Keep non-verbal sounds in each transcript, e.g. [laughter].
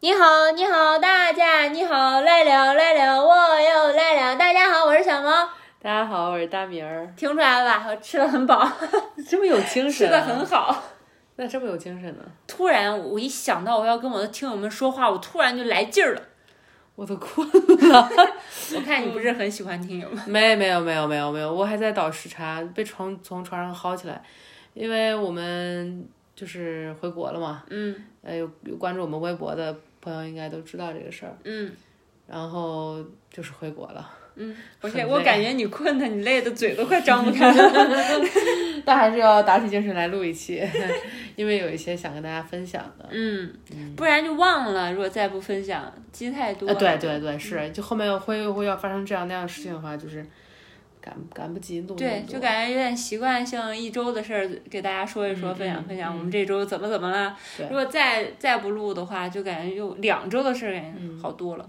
你好，你好，大家你好，来了来了，我又来了。大家好，我是小猫，大家好，我是大明儿。听出来了吧？我吃的很饱，这么有精 [laughs] 吃神、的啊，很好。那这么有精神呢、突然，我一想到我要跟我的听友们说话，我突然就来劲儿了。我都困。 [laughs] 我看你不是很喜欢听友们，没没有没有没有没有，我还在倒时差，被床从床上薅起来，因为我们就是回国了嘛。嗯呃，有有关注我们微博的朋友应该都知道这个事儿，嗯然后就是回国了，嗯，我感很累我感觉你困的，你累的嘴都快张不开了。 [laughs] 但还是要打起精神来录一期， [laughs] 因为有一些想跟大家分享的。嗯，不然就忘了。如果再不分享，积太多呃，了。对对对，是，就后面会会要发生这样那样的事情的话，就是赶赶不及录那么对，多。就感觉有点习惯性一周的事儿，给大家说一说，嗯分享嗯分享。嗯我们这周怎么怎么了？对如果再再不录的话，就感觉又两周的事儿，感嗯觉好多了。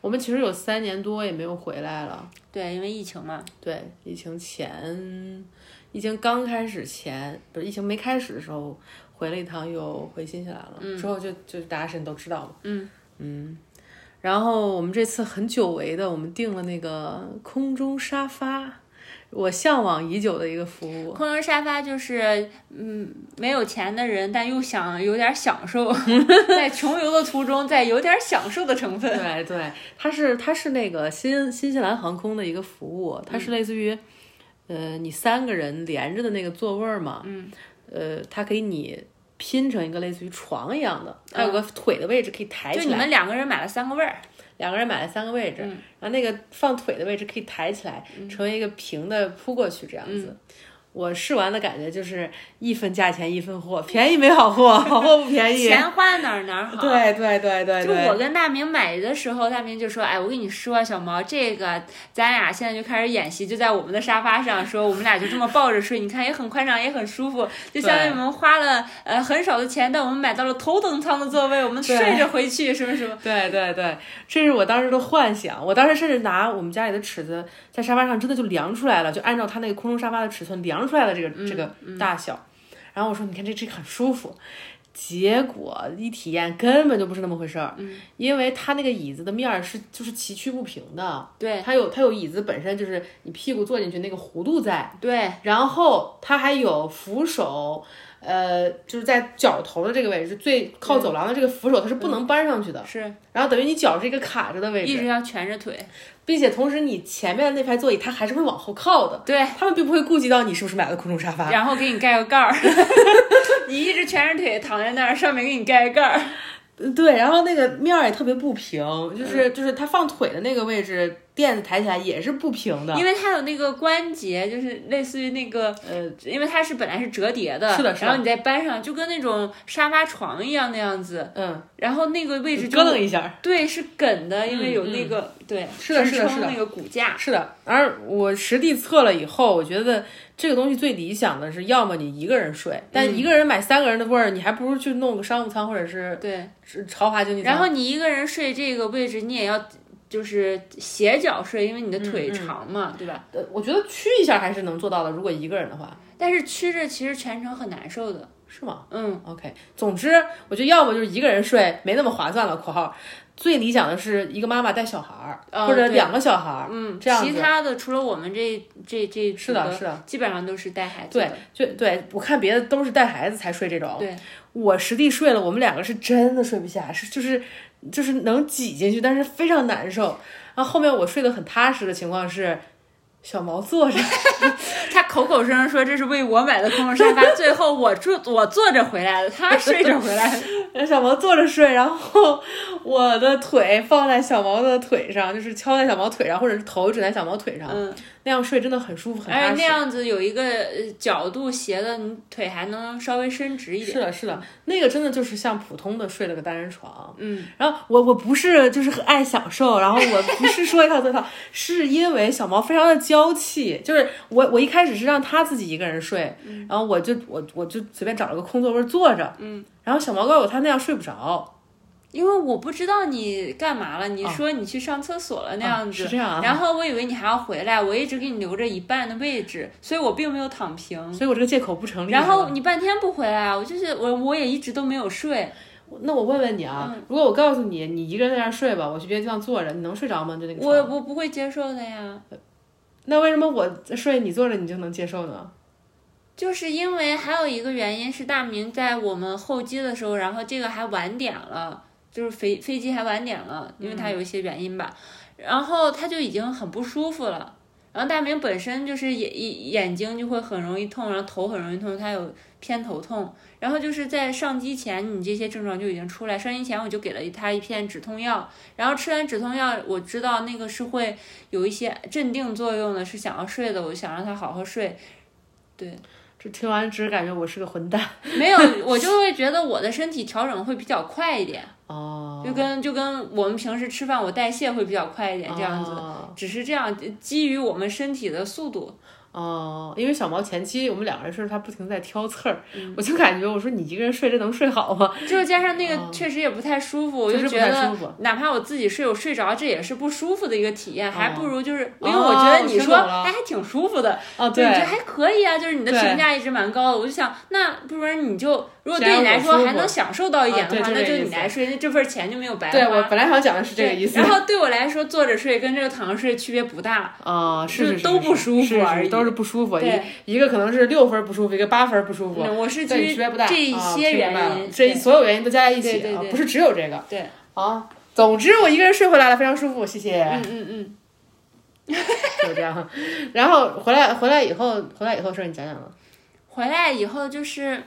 我们其实有三年多也没有回来了，对，因为疫情嘛，对，疫情前，疫情刚开始前，不是疫情没开始的时候回了一趟，又回新西兰了，之后就就大家身都知道嘛，嗯嗯然后我们这次很久违的，我们订了那个空中沙发，我向往已久的一个服务，空中沙发就是，嗯，没有钱的人，但又想有点享 [laughs] 受，在穷游的途中，再有点享受的成分。 [laughs] 对对，它是它是那个新新西兰航空的一个服务，它嗯是类似于，呃，你三个人连着的那个座位儿嘛，嗯，呃，它给你拼成一个类似于床一样的，它有个腿的位置可以抬嗯就嗯起你来，们两个人买了三个位儿，两个人买了三个位置，然后那个放腿的位置可以抬起来，嗯成为一个平的铺过去这样子。我试完的感觉就是一分价钱一分货，便宜没好货，好货不便宜。钱花哪儿哪儿好。啊对对对对就哎对，我跟大明买的时候，大明就说：“哎，我跟你说，小毛，这个咱俩现在就开始演习，就在我们的沙发上，说我们俩就这么抱着睡，你看也很宽敞，也很舒服，就相当于我们花了呃很少的钱，但我们买到了头等舱的座位，我们对睡着回去，什么什么。 [laughs] 对对对，这是我当时的幻想。我当时甚至拿我们家里的尺子在沙发上真的就量出来了，就按照它那个空中沙发的尺寸量出来了这个、嗯这个大小。然后我说：“你看这这个很舒服。”结果一体验根本就不是那么回事儿，嗯因为它那个椅子的面儿是就是崎岖不平的，对它有它有椅子本身就是你屁股坐进去那个弧度在，对，然后它还有扶手，呃，就是在脚头的这个位置，最靠走廊的这个扶手，它是嗯不能搬上去的。是然后等于你脚是一个卡着的位一置，直要蜷着腿。并且同时你前面的那排座椅它还是会往后靠的，哎对，他们并不会顾及到你是不是买了空中呃沙发。然后给你盖个盖 [laughs] 儿，你一直蜷着腿躺在那儿，上面给你盖个盖儿。嗯对，然后那个面儿也特别不平，就是就是它放腿的那个位置，垫子抬起来也是不平的。因为它有那个关节，就是类似于那个呃，因为它是本来是折叠的，是的是的然后你再搬上，就跟那种沙发床一样那样子，嗯，然后那个位置就咯噔一下。对，是梗的，因为有那个、对嗯是的支是的撑是的那个骨架，是的，而我实地测了以后，我觉得这个东西最理想的是，要么你一个人睡，但一个人买三个人的味儿，你还不如去弄个商务舱或者是对。是豪华经济舱。然后你一个人睡这个位置，你也要就是斜角睡，因为你的腿长嘛，对吧？呃，我觉得去一下还是能做到的，如果一个人的话，但是曲着其实全程很难受的，是吗？嗯， OK，总之，我觉得要不就是一个人睡没那么划算了（括号），最理想的是一个妈妈带小孩儿、啊或者对两个小孩儿，嗯，这样其子他的除了我们这这这是的，是的。基本上都是带孩子对的，，就对我看别的都是带孩子才睡这种，对，我实地睡了，我们两个是真的睡不下，是就是就是能挤进去，但是非常难受。然后后面我睡得很踏实的情况是，小毛坐着，他口口声声说这是为我买的空中沙发，最后我坐我坐着回来的，他睡着回来的。让 [laughs] 小毛坐着睡，然后 [laughs] 我的腿放在小毛的腿上，就是敲在小毛腿上，或者是头枕在小毛腿上，嗯，那样睡真的很舒服，很 [laughs] 而且踏那实。样子有一个呃角度斜的，你腿还能稍微伸直一点。是的，是的，那个真的就是像普通的睡了个单人床。嗯，然后我我不是就是很爱享受，然后我不是说一套做一套，是因为小毛非常的娇气，就是我我一开始是让他自己一个人睡，嗯然后我就我我就随便找了个空座位坐着，嗯，然后小毛告诉我他那样睡不着，因为我不知道你干嘛了，你说你去上厕所了那样啊子是，这样啊，然后我以为你还要回来，我一直给你留着一半的位置，所以我并没有躺平。所以我这个借口不成立。嗯然是吧啊后你半天不回来，我就是我我也一直都没有睡，那我问问你啊，嗯如果我告诉你，你一个人在那儿睡吧，我去别的地方坐着，你能睡着吗？就那个我床。我不会接受的呀，那为什么我睡你坐着你就能接受呢？就是因为还有一个原因是大明在我们候机的时候，然后这个还晚点了，就是飞飞机还晚点了，因为他有一些原因吧，然后他就已经很不舒服了。然后大明本身就是眼眼眼睛就会很容易痛，然后头很容易痛，他有偏头痛。然后就是在上机前，你这些症状就已经出来。上机前我就给了他一片止痛药，然后吃完止痛药，我知道那个是会有一些镇定作用的，是想要睡的，我就想让他好好睡。这听完只是感觉我是个混蛋 [laughs] 没有，我就会觉得我的身体调整会比较快一点，哦，就跟就跟我们平时吃饭我代谢会比较快一点这样子，哦只是这样基于我们身体的速度。哦，因为小毛前期我们两个人睡，他不停地在挑刺儿，嗯我就感觉我说你一个人睡这能睡好吗？就是加上那个确实也不太舒服，我确就实觉哦不太舒得哪怕我自己睡，我睡着这也是不舒服的一个体验，还不如就是因为哦我觉得你我听说懂了哎还挺舒服的，哦，对，你对这，还可以啊，就是你的对评价一直蛮高的，我就想那不然你就如果既然对你来我舒说服还能享受到一点啊对的话，就那这个就意你思来睡，那这份钱就没有白花。对我本来想讲的是这个意思对然后对我来说，坐着睡跟这个躺着睡区别不大，啊，是是就是都不舒服是是而已都是不舒服，对一一个可能是六分不舒服，一个八分不舒服，嗯我是基但你于区别不大，这一啊些听明白原了因，这所有原因都加在一对起对啊对，不是只有这个对对，啊。总之，我一个人睡回来了，非常舒服，谢谢。嗯嗯嗯，就是这样。然后回来回来以后，回来以后的事儿你讲讲吧。回来以后就是。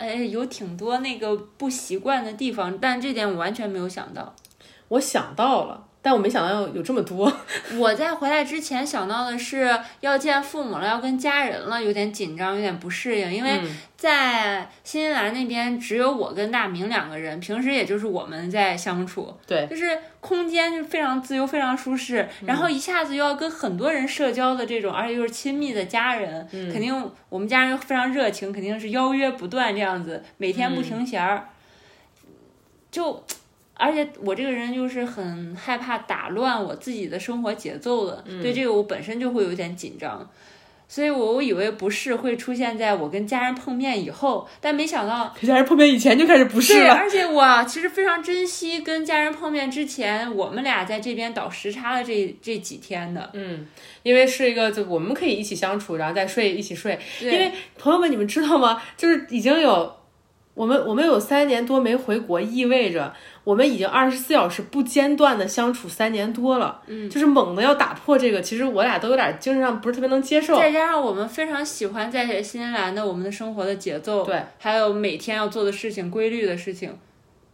哎，有挺多那个不习惯的地方，但这点我完全没有想到。 [laughs] 我想到了，但我没想到有有这么多。我在回来之前想到的是要见父母了，要跟家人了，有点紧张，有点不适应，因为嗯在新西兰那边只有我跟大明两个人，平时也就是我们在相处， [laughs] 对，就是空间就非常自由、非常舒适，然后一下子又要跟很多人社交的这种，而且又是亲密的家人，肯定我们家人非常热情，肯定是邀约不断这样子，每天不停弦儿，就。而且我这个人就是很害怕打乱我自己的生活节奏的，对这个我本身就会有点紧张，所以我我以为不适会出现在我跟家人碰面以后，但没想到这家人碰面以前就开始不对，适了。而且我其实非常珍惜跟家人碰面之前，我们俩在这边倒时差的这这几天的。嗯，因为是一个，就我们可以一起相处，然后再睡一起睡。因对为朋友们，你们知道吗？ [laughs] 就是已经有我们，我们有三年多没回国，意味着我们已经二十四小时不间断的相处三年多了。嗯，就是猛的要打破这个，其实我俩都有点精神上不是特别能接受。再加上我们非常喜欢在新西兰的我们的生活的节奏，对，还有每天要做的事情、规律的事情，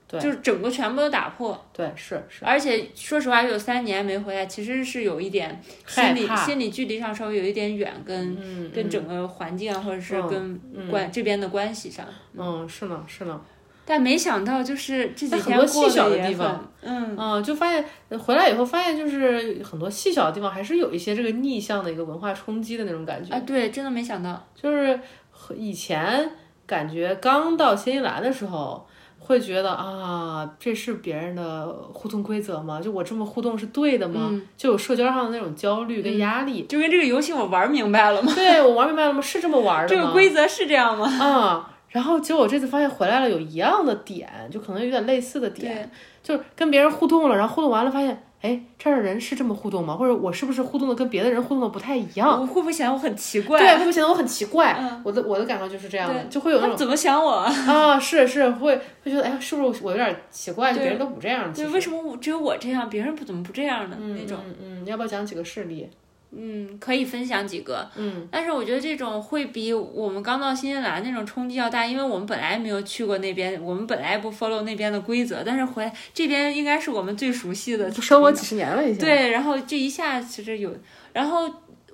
对就是整个全部都打破。对，是是。而且说实话，有三年没回来，其实是有一点害心理怕心理距离上稍微有一点远，跟、嗯跟整个环境啊，或者是嗯跟关、这边的关系上。嗯，是呢，是呢。但没想到，就是这几但很天多过细小得的也地方很，嗯，嗯，就发现呃回来以后，发现就是很多细小的地方还是有一些这个逆向的一个文化冲击的那种感觉，啊，对，真的没想到，就是和以前感觉刚到新西兰的时候。会觉得啊，这是别人的互动规则吗？就我这么互动是对的吗？嗯就有社交上的那种焦虑跟压力。就跟这个游戏我玩明白了吗？对我玩明白了吗？是这么玩的嗯这吗？个规则是这样吗？ [laughs] 啊、然后结果我这次发现回来了有一样的点，就可能有点类似的点，就是跟别人互动了，然后互动完了发现，哎，这儿的人是这么互动吗？或者我是不是互动的跟别的人互动的不太一样？我会不会显得我很奇怪？对，会不会显得我很奇怪？嗯我的我的感觉就是这样的，对 [laughs] 就会有他那们种怎么想我？啊，是是会会觉得，哎呀，是不是我有点奇怪？就别人都不这样，其对，实为什么我只有我这样，别人不怎么不这样呢？那种，嗯嗯，要不要讲几个事例？嗯，可以分享几个。嗯，但是我觉得这种会比我们刚到新西兰那种冲击要大，因为我们本来没有去过那边，我们本来不 follow 那边的规则，但是回这边应该是我们最熟悉的。生活几十年了已经。，对，然后这一下其实有，然后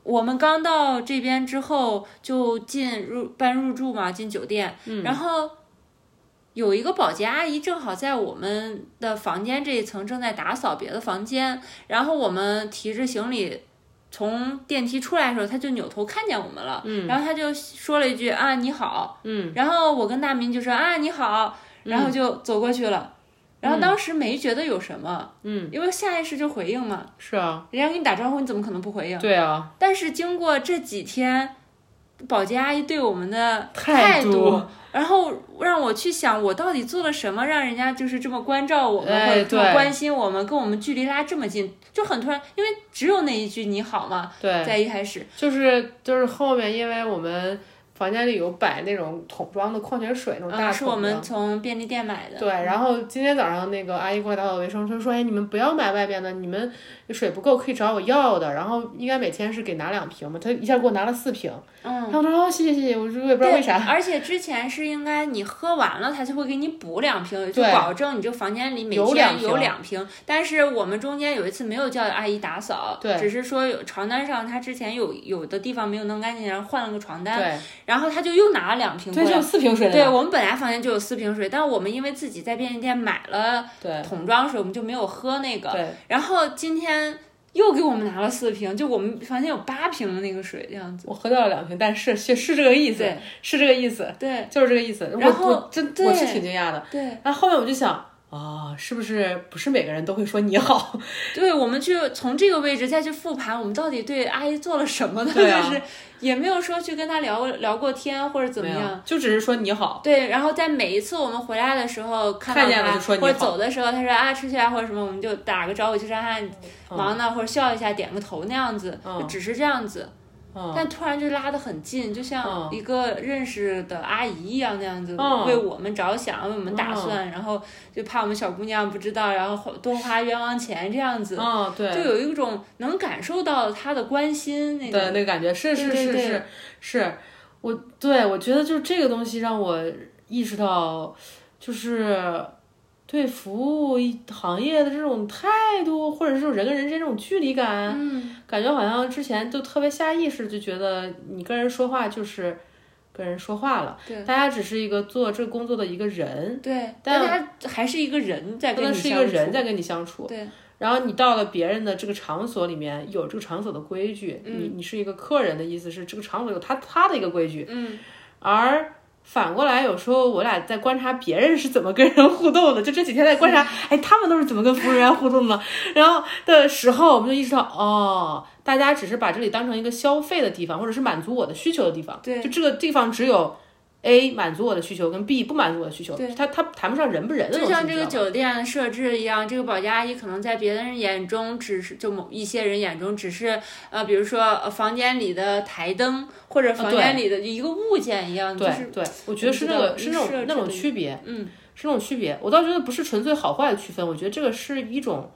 我们刚到这边之后就进入办入住嘛，进酒店，然后有一个保洁阿姨正好在我们的房间这一层正在打扫别的房间，然后我们提着行李。从电梯出来的时候，她就扭头看见我们了，然后她就说了一句啊你好，嗯，然后我跟大明就说啊你好，然后就走过去了，然后当时没觉得有什么，嗯，因为下意识就回应嘛， [laughs] 是啊，哎人家给你打招呼，你怎么可能不回应？对啊，但是经过这几天，保洁阿姨对我们的态度，度然后让我去想我到底做了什么，让人家就是这么关照我们，哎或者这么对关心我们，跟我们距离拉这么近，就很突然，因为只有那一句你好嘛，对，在一开始，就是就是后面因为我们房间里有摆那种桶装的矿泉水那种大嗯，是我桶的。们从便利店买的，嗯对，然后今天早上那个阿姨给我打扫卫生，她说：“哎，你们不要买外边的，你们水不够可以找我要的。然后应该每天是给拿两瓶嘛，她一下给我拿了四瓶。嗯。然后她说：哦，谢谢谢谢。我说我也不知道为啥。 [laughs] 对而且之前是应该你喝完了，他就会给你补两瓶，就对保证你这个房间里每有两天瓶有两瓶。但是我们中间有一次没有叫阿姨打扫，对只是说有床单上他之前有有的地方没有弄干净，然后换了个床单，对，然后他就又拿了两瓶过对，就来有。四瓶水对了。我们本来房间就有四瓶水，但我们因为自己在便利店买了对桶装水，我们就没有喝那个。对然后今天又给我们拿了四瓶，就我们房间有八瓶的那个水这样子。我喝掉了两瓶，但是是是这个意思对，是这个意思，对就是这个意思。我然后我真对我是挺惊讶的。对，然后后面我就想，啊、是不是不是每个人都会说你好？ [laughs] 对，我们去从这个位置再去复盘，我们到底对阿姨做了什么呢？对啊 [laughs] 就是也没有说去跟她聊聊过天啊或者怎么没有样。？就只是说你好，对，然后在每一次我们回来的时候看到看见了她，就说你或者好走的时候，她说啊出去啊或者什么，我们就打个招呼，就是啊你忙呢、或者笑一下，点个头那样子，就嗯只是这样子。嗯，但突然就拉得很近，就像嗯一个认识的阿姨一样那样子，嗯为我们着想，为我们打算，然后就怕我们小姑娘不知道，然后花多花冤枉钱这样子。嗯，对，就有一种能感受到他的关心那对种。那个感觉是是对对是对是是，我对我觉得就是这个东西让我意识到，就是对服务行业的这种态度，或者是这种人跟人之间这种距离感，嗯，感觉好像之前就特别下意识就觉得你跟人说话就是跟人说话了，对大家只是一个做这个工作的一个人，对，但他还是一个人在不跟能你是一相个处人在跟你相处。对，然后你到了别人的这个场所里面，有这个场所的规矩，你你是一个客人的意思是这个场所有他他的一个规矩，嗯，而反过来有时候我俩在观察别人是怎么跟人互动的，就这几天在观察，哎，他们都是怎么跟服务人员互动的，然后的时候我们就意识到，哦，大家只是把这里当成一个消费的地方，或者是满足我的需求的地方，对就这个地方只有。A 满足我的需求跟 B 不满足我的需求对，他他谈不上人不人的东就西，像你这知个道吗酒店的设置一样，这个保洁阿姨可能在别的人眼中只是，就某一些人眼中只是，呃，比如说呃房间里的台灯或者房啊对间里的一个物件一样，就对是对，我觉我得不知是那道个是你那种设置那种的区别，嗯，是那种区别。我倒觉得不是纯粹好坏的区分，我觉得这个是一种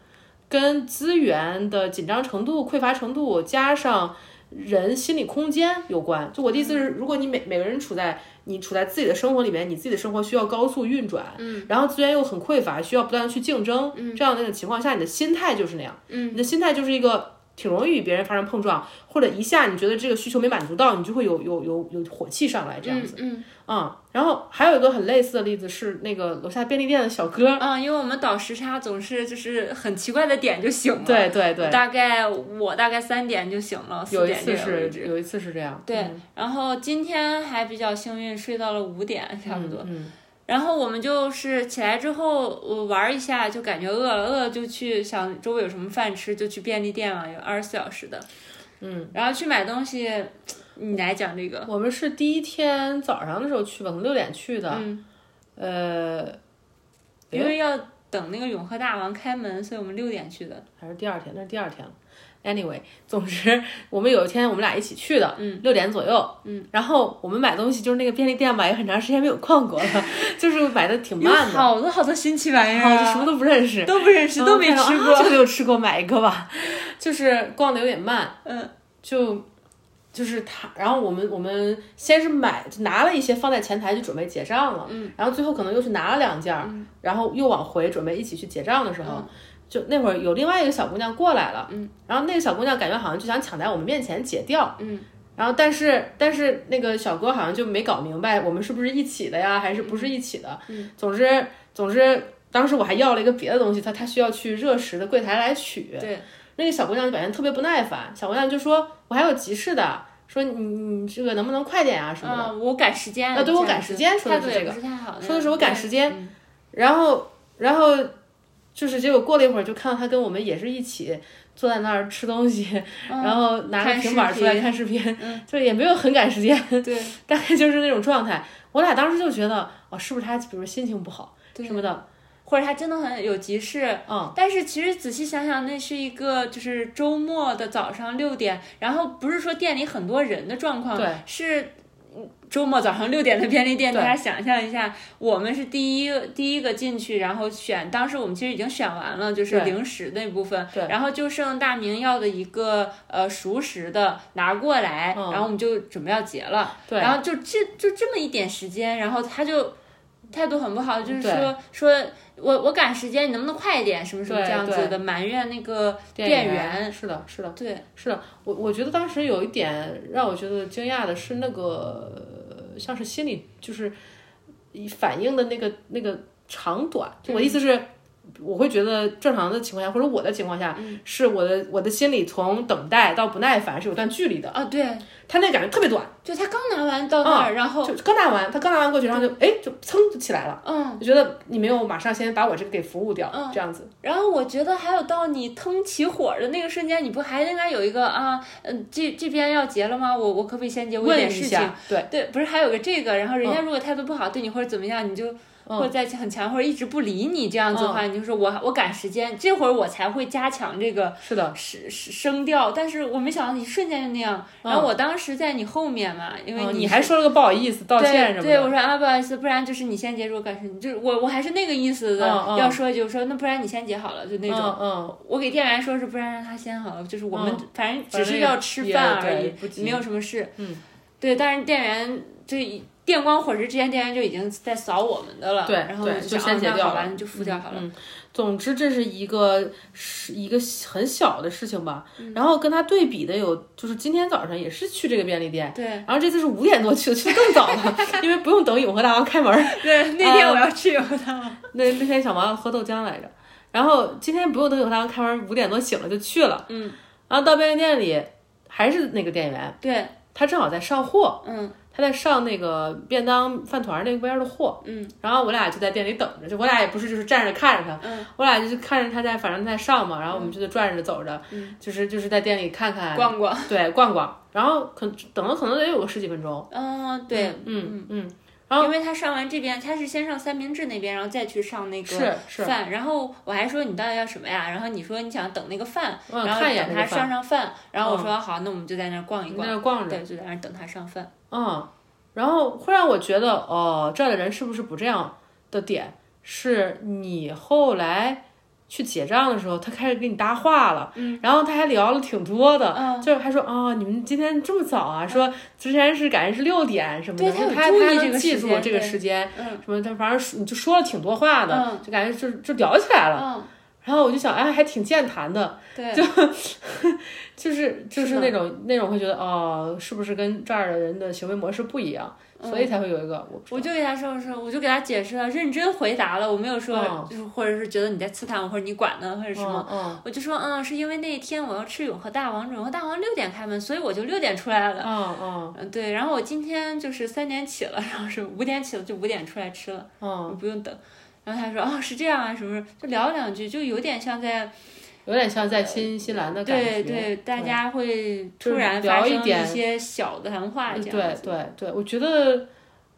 跟资源的紧张程度、匮乏程度加上人心理空间有关。就我的意思是，嗯如果你每每个人处在你处在自己的生活里面，你自己的生活需要高速运转，嗯，然后资源又很匮乏，需要不断的去竞争，嗯，这样的那种情况下，你的心态就是那样，嗯，你的心态就是一个。挺容易与别人发生碰撞，或者一下你觉得这个需求没满足到，你就会有有有有火气上来这样子。嗯嗯，然后还有一个很类似的例子是那个楼下便利店的小哥，嗯嗯，因为我们倒时差总是就是很奇怪的点就醒了，对对对，大概我大概三点就醒了，四有一点次这个位是嗯置。有一次是这样，对嗯，然后今天还比较幸运，睡到了五点哎差不多。嗯，然后我们就是起来之后，我玩一下，就感觉饿了，饿了就去想周围有什么饭吃，就去便利店嘛，有二十四小时的。嗯，然后去买东西，你来讲这个。嗯我们是第一天早上的时候去吧，可能六点去的，呃，嗯因为要等那个永和大王开门，所以我们六点去的。还是第二天，那是第二天了。Anyway，总 [laughs] 之我们有一天我们俩一起去的，嗯，六点左右，嗯，然后我们买东西就是那个便利店吧，也很长时间没有逛过了， [laughs] 就是买的挺有慢的，好多好多新奇玩意儿、啊然后就什么都不认识，都不认识，都没嗯看吃到过。啊这个没有吃过，买一个吧。 [laughs] 就是逛的有点慢，嗯，就就是他，然后我们我们先是买就拿了一些放在前台就准备结账了，嗯，然后最后可能又去拿了两件儿，然后又往回准备一起去结账的时候。就那会儿有另外一个小姑娘过来了，嗯，然后那个小姑娘感觉好像就想抢在我们面前解掉，嗯，然后但是但是那个小哥好像就没搞明白我们是不是一起的呀，还是不是一起的，嗯，总之总之当时我还要了一个别的东西，他他需要去热食的柜台来取，对，那个小姑娘就表现特别不耐烦，小姑娘就说：“我还有急事的，说你你这个能不能快点啊什么的。嗯，我赶时间。啊对我赶时间态说的是度这也个不是太好。说的是我赶时间。然后然后就是结果过了一会儿，就看到他跟我们也是一起坐在那儿吃东西，然后拿着嗯看平视板儿出来频嗯看视频，就也没有很赶时间，对，大概就是那种状态。我俩当时就觉得，哦，是不是他比如心情不好对什么的，或者他真的很有急事。嗯，但是其实仔细想想，那是一个就是周末的早上六点，然后不是说店里很多人的状况，对是周末早上六点的便利店。对大家想象一下，我们是第一第一个进去，然后选，当时我们其实已经选完了，就是对零食那部分，对然后就剩大明要的一个呃熟食的拿过来，嗯然后我们就准备要结了。对然后就这就这么一点时间，然后他就态度很不好，就是对说说我我赶时间，你能不能快一点，什么什么对这样子对的埋怨那个店员。是的，是的，对，是的。我我觉得当时有一点让我觉得惊讶的是那个呃像是心理就是反应的那个那个长短，就我的意思是。我会觉得正常的情况下，或者我的情况下，嗯是我的我的心里从等待到不耐烦是有段距离的。啊对，他那感觉特别短，就他刚拿完到那儿，嗯然后就刚拿完，他刚拿完过去，然后就哎就噌就起来了。嗯，我觉得你没有马上先把我这个给服务掉，嗯这样子。然后我觉得还有到你腾起火的那个瞬间，你不还应该有一个啊，嗯、这这边要结了吗？我我可不可以先结？我有问点一事情。下，对，对，不是还有个这个，然后人家如果态度不好对你或者怎么样，你就嗯或者再很强，或者一直不理你这样子的话，你就说我我赶时间，这会儿我才会加强这个是的，声声调。但是我没想到你瞬间就那样，然后我当时在你后面嘛，因为嗯是你还说了个不好意思道歉什么的，对，对，我说啊，不好意思，不然就是你先结束，赶时间，就是我我还是那个意思的，嗯嗯要说就说那不然你先结好了，就那种。嗯嗯，我给店员说是不然让他先好了，就是我们、反正反只正是也要吃也饭而对已不，急没有什么事。嗯，对，但是店员这一电光火石之间，店员就已经在扫我们的了。对然后我对就就想先啊解那掉好吧，了你就付掉好了。嗯总之这是一个是一个很小的事情吧。嗯然后跟他对比的有，就是今天早上也是去这个便利店。对然后这次是五点多去的，去的更早了， [laughs] 因为不用等永和大王开门儿。 [laughs] 对，那嗯天我要吃油汤了。那那天小毛要喝豆浆来着，然后今天不用等永和大王开门，五点多醒了就去了。嗯，然后到便利店里还是那个店员，对，他正好在上货，嗯他在上那个便当饭团那边的货，嗯，然后我俩就在店里等着，就我俩也不是就是站着看着他，嗯，我俩就是看着他在，反正他在上嘛，然后我们就在转着走着，嗯，就是就是在店里看看，逛逛。对，逛逛，然后可等了可能得有个十几分钟，嗯，对。嗯嗯，然因为他上完这边，他是先上三明治那边，然后再去上那个是是，饭。然后我还说你到底要什么呀？然后你说你想等那个饭，我想然后嗯看一眼等那他个饭，上上饭。然后我说好，那我们就在那儿逛一你逛在。那逛着，对，就在那儿等他上饭。嗯，然后会让我觉得哦，这儿的人是不是不这样的点是你后来。去结账的时候，他开始跟你搭话了，嗯，然后他还聊了挺多的，嗯，就是还说啊、你们今天这么早啊？说之前是赶上是六点什么对的，他有就他注意他这能个记时住间这个对时间，嗯什么他反正说你就说了挺多话的，嗯就感觉就就聊起来了。嗯，然后我就想，哎，还挺健谈的，对，就是就是是的那种那种会觉得哦，是不是跟这儿的人的行为模式不一样，所嗯以才会有一个我不我就给他说说，我就给他解释了，认真回答了，我没有说、嗯就是或者是觉得你在刺探我，或者你管呢，或者知什道么。嗯我就说，嗯，是因为那一天我要吃永和大王，永和大王六点开门，所以我就六点出来嗯了。嗯嗯嗯，对，然后我今天就是三点起了，然后是五点起了，就五点出来吃了，嗯，我不用等。然后他说，哦，是这样啊，什么什么，就聊两句，就有点像在有点像在新西兰的感对觉，对，大对家会突就是然聊发一生点些小的谈话，嗯这样对子对对，我觉得，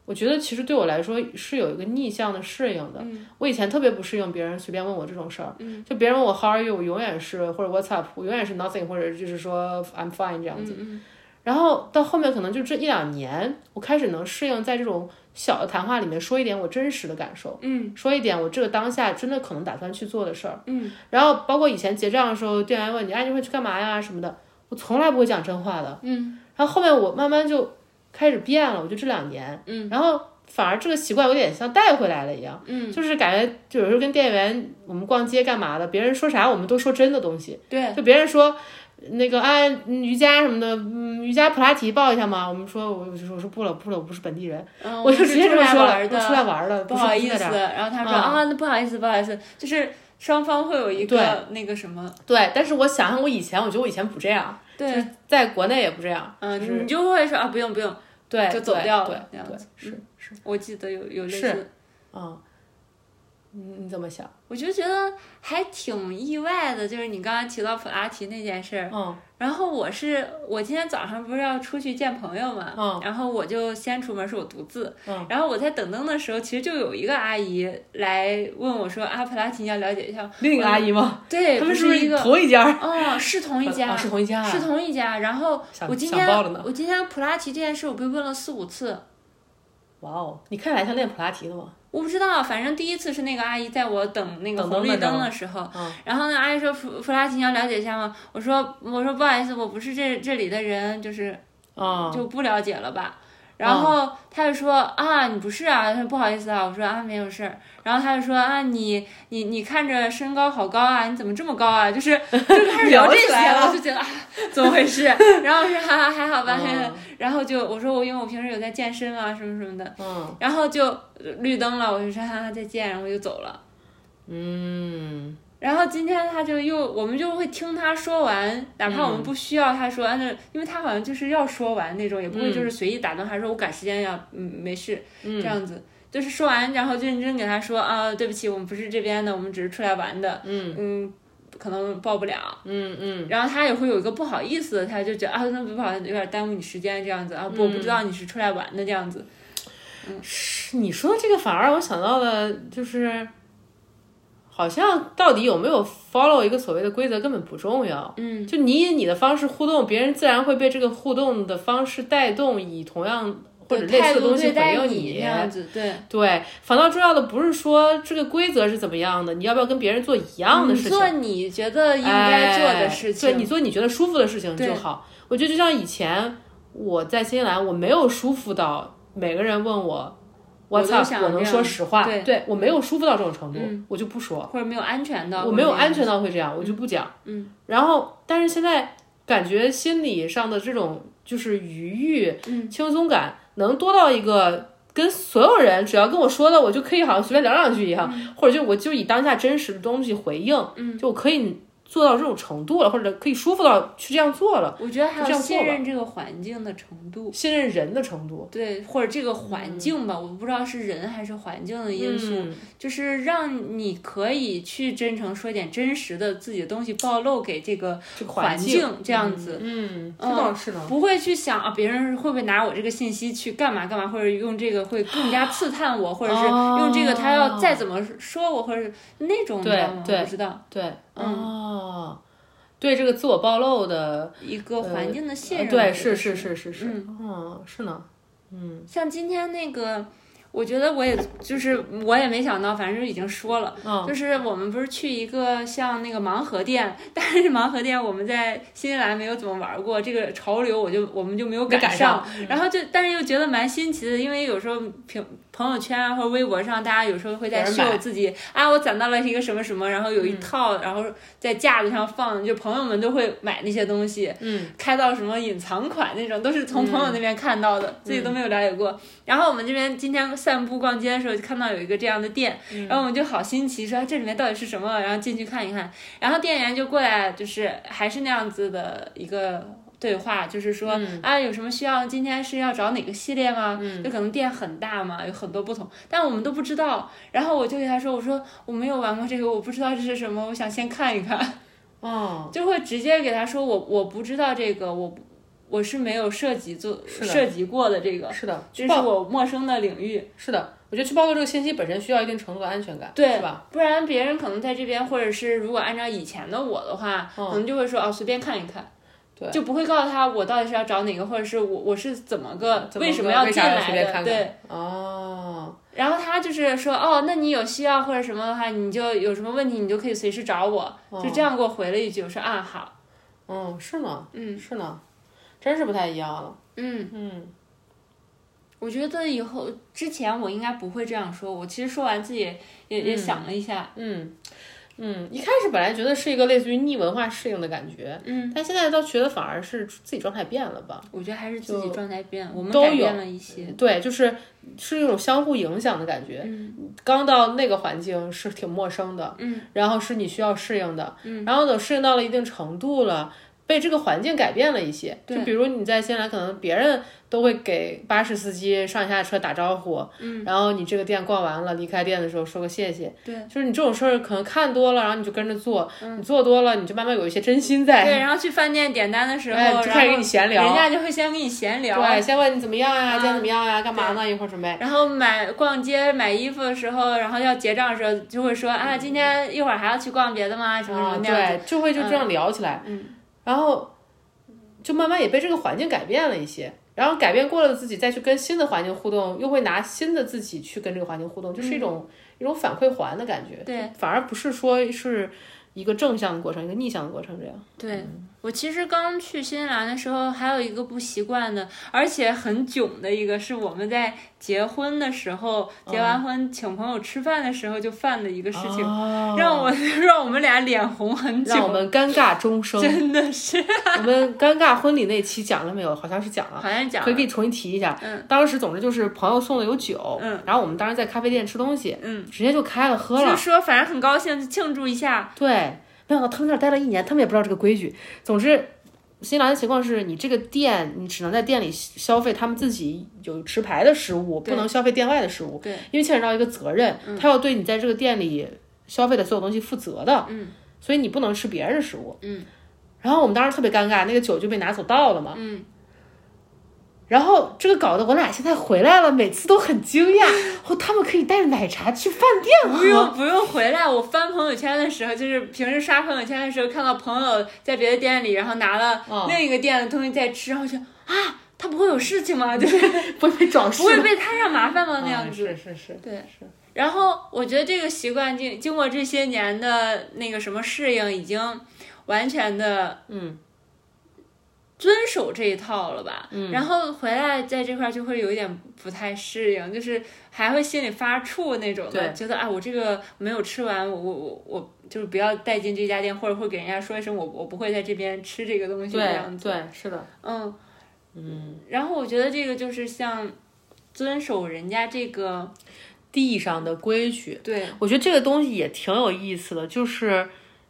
我觉得其实对我来说是有一个逆向的适应的。我以前特别不适应别人随便问我这种事儿，就别人问我 How are you，我永远是或者 What's up，我永远是 Nothing，或者就是说 I'm fine 这样子。然后到后面可能就这一两年，我开始能适应在这种小的谈话里面说一点我真实的感受，嗯，说一点我这个当下真的可能打算去做的事儿，嗯。然后包括以前结账的时候，店员问你，哎，你会去干嘛呀什么的，我从来不会讲真话的，嗯。然后后面我慢慢就开始变了，我就这两年，嗯，然后反而这个习惯有点像带回来了一样，嗯，就是感觉就有时候跟店员我们逛街干嘛的，别人说啥我们都说真的东西，对，就别人说。那个啊，嗯瑜伽什么的，嗯，瑜伽普拉提报一下吗？我们说，我就说我说不了，不了，我不是本地人，嗯，我就直接是这出么来玩儿说了，我出的，来玩儿的，不是好住意在思。这儿嗯然后他说啊，那不好意思，不好意思，就是双方会有一个那个什么，对，但是我想想，我以前，我觉得我以前不这样，对，在国内也不这样，就是嗯，你就会说啊，不用不用，对，就走对掉了对那样对，子是是，我记得有有类是似，嗯，你你怎么想？我就觉得还挺意外的，就是你刚刚提到普拉提那件事儿，嗯然后我是我今天早上不是要出去见朋友嘛，嗯然后我就先出门，是我独自，嗯然后我在等灯的时候，其实就有一个阿姨来问我说啊，普拉提你要了解一下，另一个阿姨吗？对，他们不不是一是个同一家？哦，是同一家，啊， [laughs] 是同一家啊。是同一家。然后想我今想爆了天呢我今天普拉提这件事，我被问了四五次，哇哦，你看起来像练普拉提的吗？我不知道，反正第一次是那个阿姨在我等那个等红灯绿的时候灯的时候，嗯然后呢，阿姨说普普拉提你要了解一下吗？我说我说不好意思，我不是这这里的人，就是啊、就不了解了吧。然后他就说啊，你不是啊，他说不好意思啊，我说啊没有事儿。然后他就说啊，你你你看着身高好高啊，你怎么这么高啊？ [laughs] 就是就开始聊聊这起些来了我就觉得啊，怎么回事？ [laughs] 然后我说哈哈、还好吧，还好嗯然后就我说我因为我平时有在健身啊什么什么的， [laughs] 嗯然后就呃绿灯了，我就说哈哈再见，然后我就走了。嗯，然后今天他就又，我们就会听他说完，哪怕我嗯们不需要他说，按照、因为他好像就是要说完那种，也不会就是随意打断他说我赶时间要，嗯，没事，这样子，就是说完，然后就认真给他说啊，对不起，我们不是这边的，我们只是出来玩的，嗯可能报不了，嗯嗯，然后他也会有一个不好意思的，他就觉得啊，那不好，有点耽误你时间这样子嗯啊，不我不知道你是出来玩的这样子，是你说的这个反而让我想到了，就是好像到底有没有 follow 一个所谓的规则根本不重要。嗯，就你以你的方式互动，别人自然会被这个互动的方式带动，以同样或者类态似的度东西对回待应你这样子，对。对，反倒重要的不是说这个规则是怎么样的，你要不要跟别人做一样的事你情，做你觉得应该做的事情，哎对你做你觉得舒服的事情就好。我觉得就像以前我在新西兰，我没有舒服到每个人问我我 What's 都 up，想我能这样说实话，对嗯我没有舒服到这种程度，我就不说，或者没有安全的，我没有安全到会这样，我就不讲。嗯，然后但是现在感觉心理上的这种就是愉悦、嗯、轻松感，能多到一个。跟所有人只要跟我说的，我就可以好像随便聊两句一样，或者就我就以当下真实的东西回应，嗯，就我可以做到这种程度了，或者可以舒服到去这样做了，我觉得还就这有样做信吧任这个环境的程度，信任人的程度，对，或者这个环境吧，我不知道是人还是环境的因素，嗯就是让你可以去真诚说点真实的自己的东西，暴露给这个这个环境这样子。嗯，这嗯倒是呢。不会去想啊，别人会不会拿我这个信息去干嘛干嘛，或者用这个会更加刺探我，或者是哦用这个他要再怎么说我，或者是那种对的，对我不知道对，嗯哦，对这个自我暴露的，一个环境的信呃任，对，我觉得是是是是是，嗯，是呢，嗯像今天那个，我觉得我也就是我也没想到，反正已经说了，嗯就是我们不是去一个像那个盲盒店，但是盲盒店我们在新西兰没有怎么玩过，这个潮流我就我们就没有没赶赶上嗯然后就但是又觉得蛮新奇的，因为有时候朋朋友圈啊或者微博上，大家有时候会在有人秀买嗯自己啊，我攒到了一个什么什么，然后有一套，然后在架子上放，就朋友们都会买那些东西，嗯，开到什么隐藏款那种，都是从朋友那边看到的，自己都没有了解过。然后我们这边今天散步逛街的时候，就看到有一个这样的店，然后我们就好新奇，说啊这里面到底是什么，然后进去看一看。然后店员就过来，就是还是那样子的一个。对话就是说、啊，有什么需要？今天是要找哪个系列吗？就可能店很大嘛，有很多不同，但我们都不知道。然后我就给他说，我说我没有玩过这个，我不知道这是什么，我想先看一看。哦，就会直接给他说我我不知道这个，我不我是没有涉及做是的涉及过的这个，是的，这去是暴我陌生的领域，是的，我觉得去暴露这个信息本身需要一定程度的安全感，对是吧？不然别人可能在这边，或者是如果按照以前的我的话，可能就会说哦随便看一看。嗯对就不会告诉他我到底是要找哪个，或者是我我是怎么个嗯怎为个什么要为进啥来随的，便看看对，，哦，然后他就是说，哦，那你有需要或者什么的话，你就有什么问题，你就可以随时找我，就这样给我回了一句，我说啊好，嗯，是呢，嗯，是呢，真是不太一样了，嗯，嗯我觉得以后之前我应该不会这样说，我其实说完自己也也也想了一下，嗯嗯，一开始本来觉得是一个类似于逆文化适应的感觉，嗯，但现在倒觉得反而是自己状态变了吧。我觉得还是自己就状态变，我们都改有变了一些，对，就是是一种相互影响的感觉。嗯，刚到那个环境是挺陌生的，嗯，然后是你需要适应的，嗯，然后等适应到了一定程度了，被这个环境改变了一些。就比如你在新西兰，可能别人都会给巴士司机上下车打招呼，嗯，然后你这个店逛完了，离开店的时候说个谢谢，对，嗯就是你这种事儿可能看多了，然后你就跟着做，你做多了，你就慢慢有一些真心在，对，然后去饭店点单的时候，哎就开始跟你闲聊然后人家就会先跟你闲聊，对，先问你怎么样啊呀，今天怎么样呀，干嘛呢？一会儿准备。然后买逛街买衣服的时候，然后要结账的时候，就会说嗯啊，今天一会儿还要去逛别的吗？什么什啊，么那样对，就会就这样聊起来，嗯然后就慢慢也被这个环境改变了一些，然后改变过了自己，再去跟新的环境互动，又会拿新的自己去跟这个环境互动，就是一种、一种反馈环的啊感觉，嗯对，反而不是说是一个正向的过程，一个逆向的过程，这样对嗯我其实刚去新西兰的时候，还有一个不习惯的，而且很囧的一个，是我们在结婚的时候，嗯结完婚请朋友吃饭的时候就犯的一个事情，让我让我们俩脸红很哦让我久，们尴尬终 [laughs] 生。真的是，我们尴尬婚礼那期讲了没有？好像是讲了。好像讲可以给你重新提一下。嗯，当时总之就是朋友送的有酒，嗯，然后我们当时在咖啡店吃东西，嗯，直接就开了喝了，就说反正很高兴，庆祝一下，对，没想到他们那儿待了一年，他们也不知道这个规矩。总之，新西兰的情况是你这个店，你只能在店里消费他们自己有持牌的食物，不对能消费店外的食物。对，嗯因为牵扯到一个责任，他要对你在这个店里消费的所有东西负责的。嗯，所以你不能吃别人的食物。嗯，然后我们当时特别尴尬，那个酒就被拿走倒了嘛。嗯，然后这个搞得我俩现在回来了，每次都很惊讶， [laughs] 哦，他们可以带着奶茶去饭店喝。不用不用回来。我翻朋友圈的时候，就是平时刷朋友圈的时候，看到朋友在别的店里，然后拿了嗯另一个店的东西在吃，然后就啊，他不会有事情吗？就是不会 [laughs] 被找事不会被摊上麻烦啊吗？那样子。子、是是是，对是。然后我觉得这个习惯经经过这些年的那个什么适应，已经完全的嗯遵守这一套了吧。嗯、然后回来在这块儿就会有一点不太适应，就是还会心里发怵那种的，对觉得啊我这个没有吃完，我我我我就是不要带进这家店，或者会给人家说一声我我不会在这边吃这个东西这样对子。对，是的，嗯，嗯，然后我觉得这个就是像遵守人家这个地上的规矩，对我觉得这个东西也挺有意思的，就是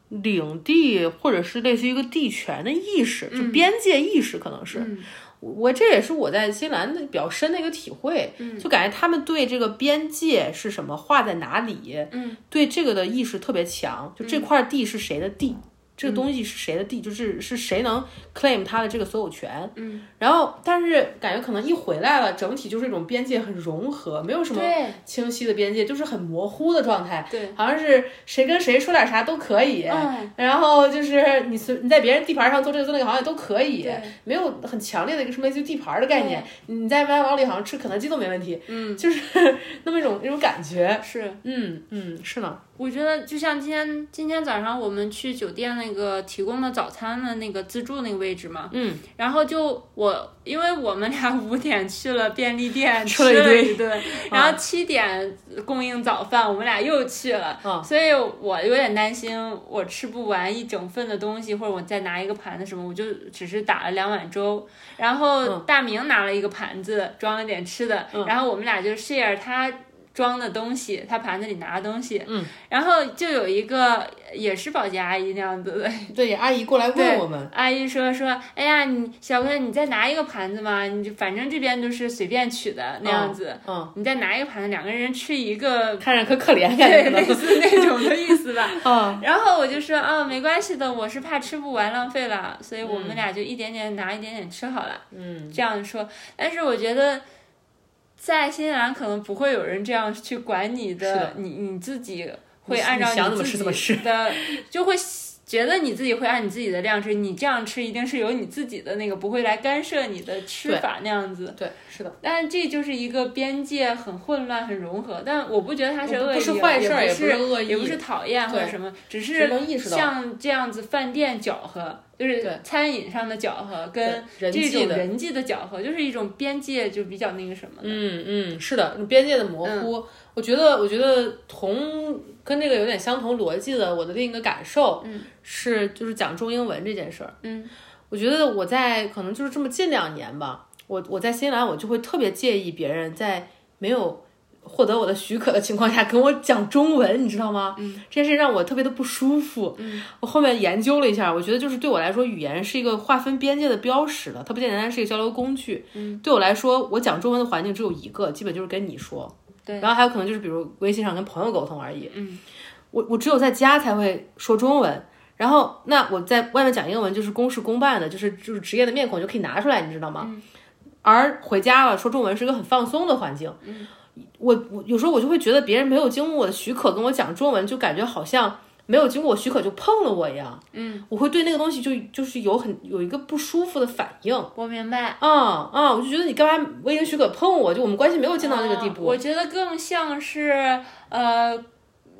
领地或者是类似于一个地权的意识，就边界意识，可能是、嗯我我这也是我在新西兰的比较深的一个体会，嗯就感觉他们对这个边界是什么画在哪里，嗯，对这个的意识特别强，就这块地是谁的地。嗯这个东西是谁的地，就是是谁能 claim 它的这个所有权，嗯，然后但是感觉可能一回来了，整体就是一种边界很融合，没有什么对清晰的边界，就是很模糊的状态，对，好像是谁跟谁说点啥都可以，嗯然后就是你随你在别人地盘上做这个做那个好像也都可以对，没有很强烈的一个什么类似于地盘的概念，你在麦当劳里好像吃肯德基都没问题，嗯，就是那么一种一种感觉，是。嗯嗯，是呢，我觉得就像今天今天早上我们去酒店那个提供的早餐的那个自助那个位置嘛，嗯，然后就我因为我们俩 [laughs] 五点去了便利店 [laughs] 吃吃了一了堆嗯一顿，然后七点供应早饭，我们俩又去了，啊所以我有点担心我吃不完一整份的东西，或者我再拿一个盘子什么，我就只是打了两碗粥，然嗯后大明拿了一个盘子装了点吃的，然后我们俩就 share 他装的东西，他盘子里拿的东西，嗯，然后就有一个也是保洁阿姨那样子的对，阿姨过来问哎对我们，阿姨说说，哎呀，你小哥你再拿一个盘子嘛，你就反正这边都是随便取的那样子，嗯，你再拿一个盘子，两个人吃一个，看着可可怜感对，觉类呢，似那种的意思吧。 [laughs] 啊，然后我就说啊、没关系的，我是怕吃不完浪费了，所以我们俩就一点点拿，一点点吃好了。嗯，这样说，但是我觉得在新西兰可能不会有人这样去管你的，是的你你自己会你按你想照怎么吃自怎么己吃的，就会觉得你自己会按你自己的量吃，你这样吃一定是有你自己的那个，不会来干涉你的吃对法那样子。对，是的，但这就是一个边界很混乱、很融合，但我不觉得它是不恶意，不是坏事儿也也不不是恶意也不是讨厌或者对什么，只只是能意识到像这样子饭店搅和，就是对餐饮上的搅和跟对人这际种的人际的搅和，就是一种边界就比较那个什么的。嗯嗯嗯，是的，边界的模糊，我觉得，我觉得同跟这个有点相同逻辑的，我的另一个感受，嗯，是就是讲中英文这件事儿，嗯，我觉得我在可能就是这么近两年吧，我我在新西兰我就会特别介意别人在没有获得我的许可的情况下跟我讲中文，你知道吗？嗯，这件事让我特别的不舒服。嗯，我后面研究了一下，我觉得就是对我来说，语言是一个划分边界的标识了，它不简单是一个交流工具。嗯，对我来说，我讲中文的环境只有一个，基本就是跟你说。对，然后还有可能就是比如微信上跟朋友沟通而已。嗯，我我只有在家才会说中文。然后，那我在外面讲英文就是公事公办的，就是就是职业的面孔就可以拿出来，你知道吗？而回家了说中文是一个很放松的环境。我我有时候我就会觉得别人没有经过我的许可跟我讲中文，就感觉好像没有经过我许可就碰了我一样。嗯，我会对那个东西就就是有很有一个不舒服的反应。我明白。啊啊，我就觉得你干嘛未经许可碰我？就我们关系没有进到那个地步。嗯我觉得更像是呃，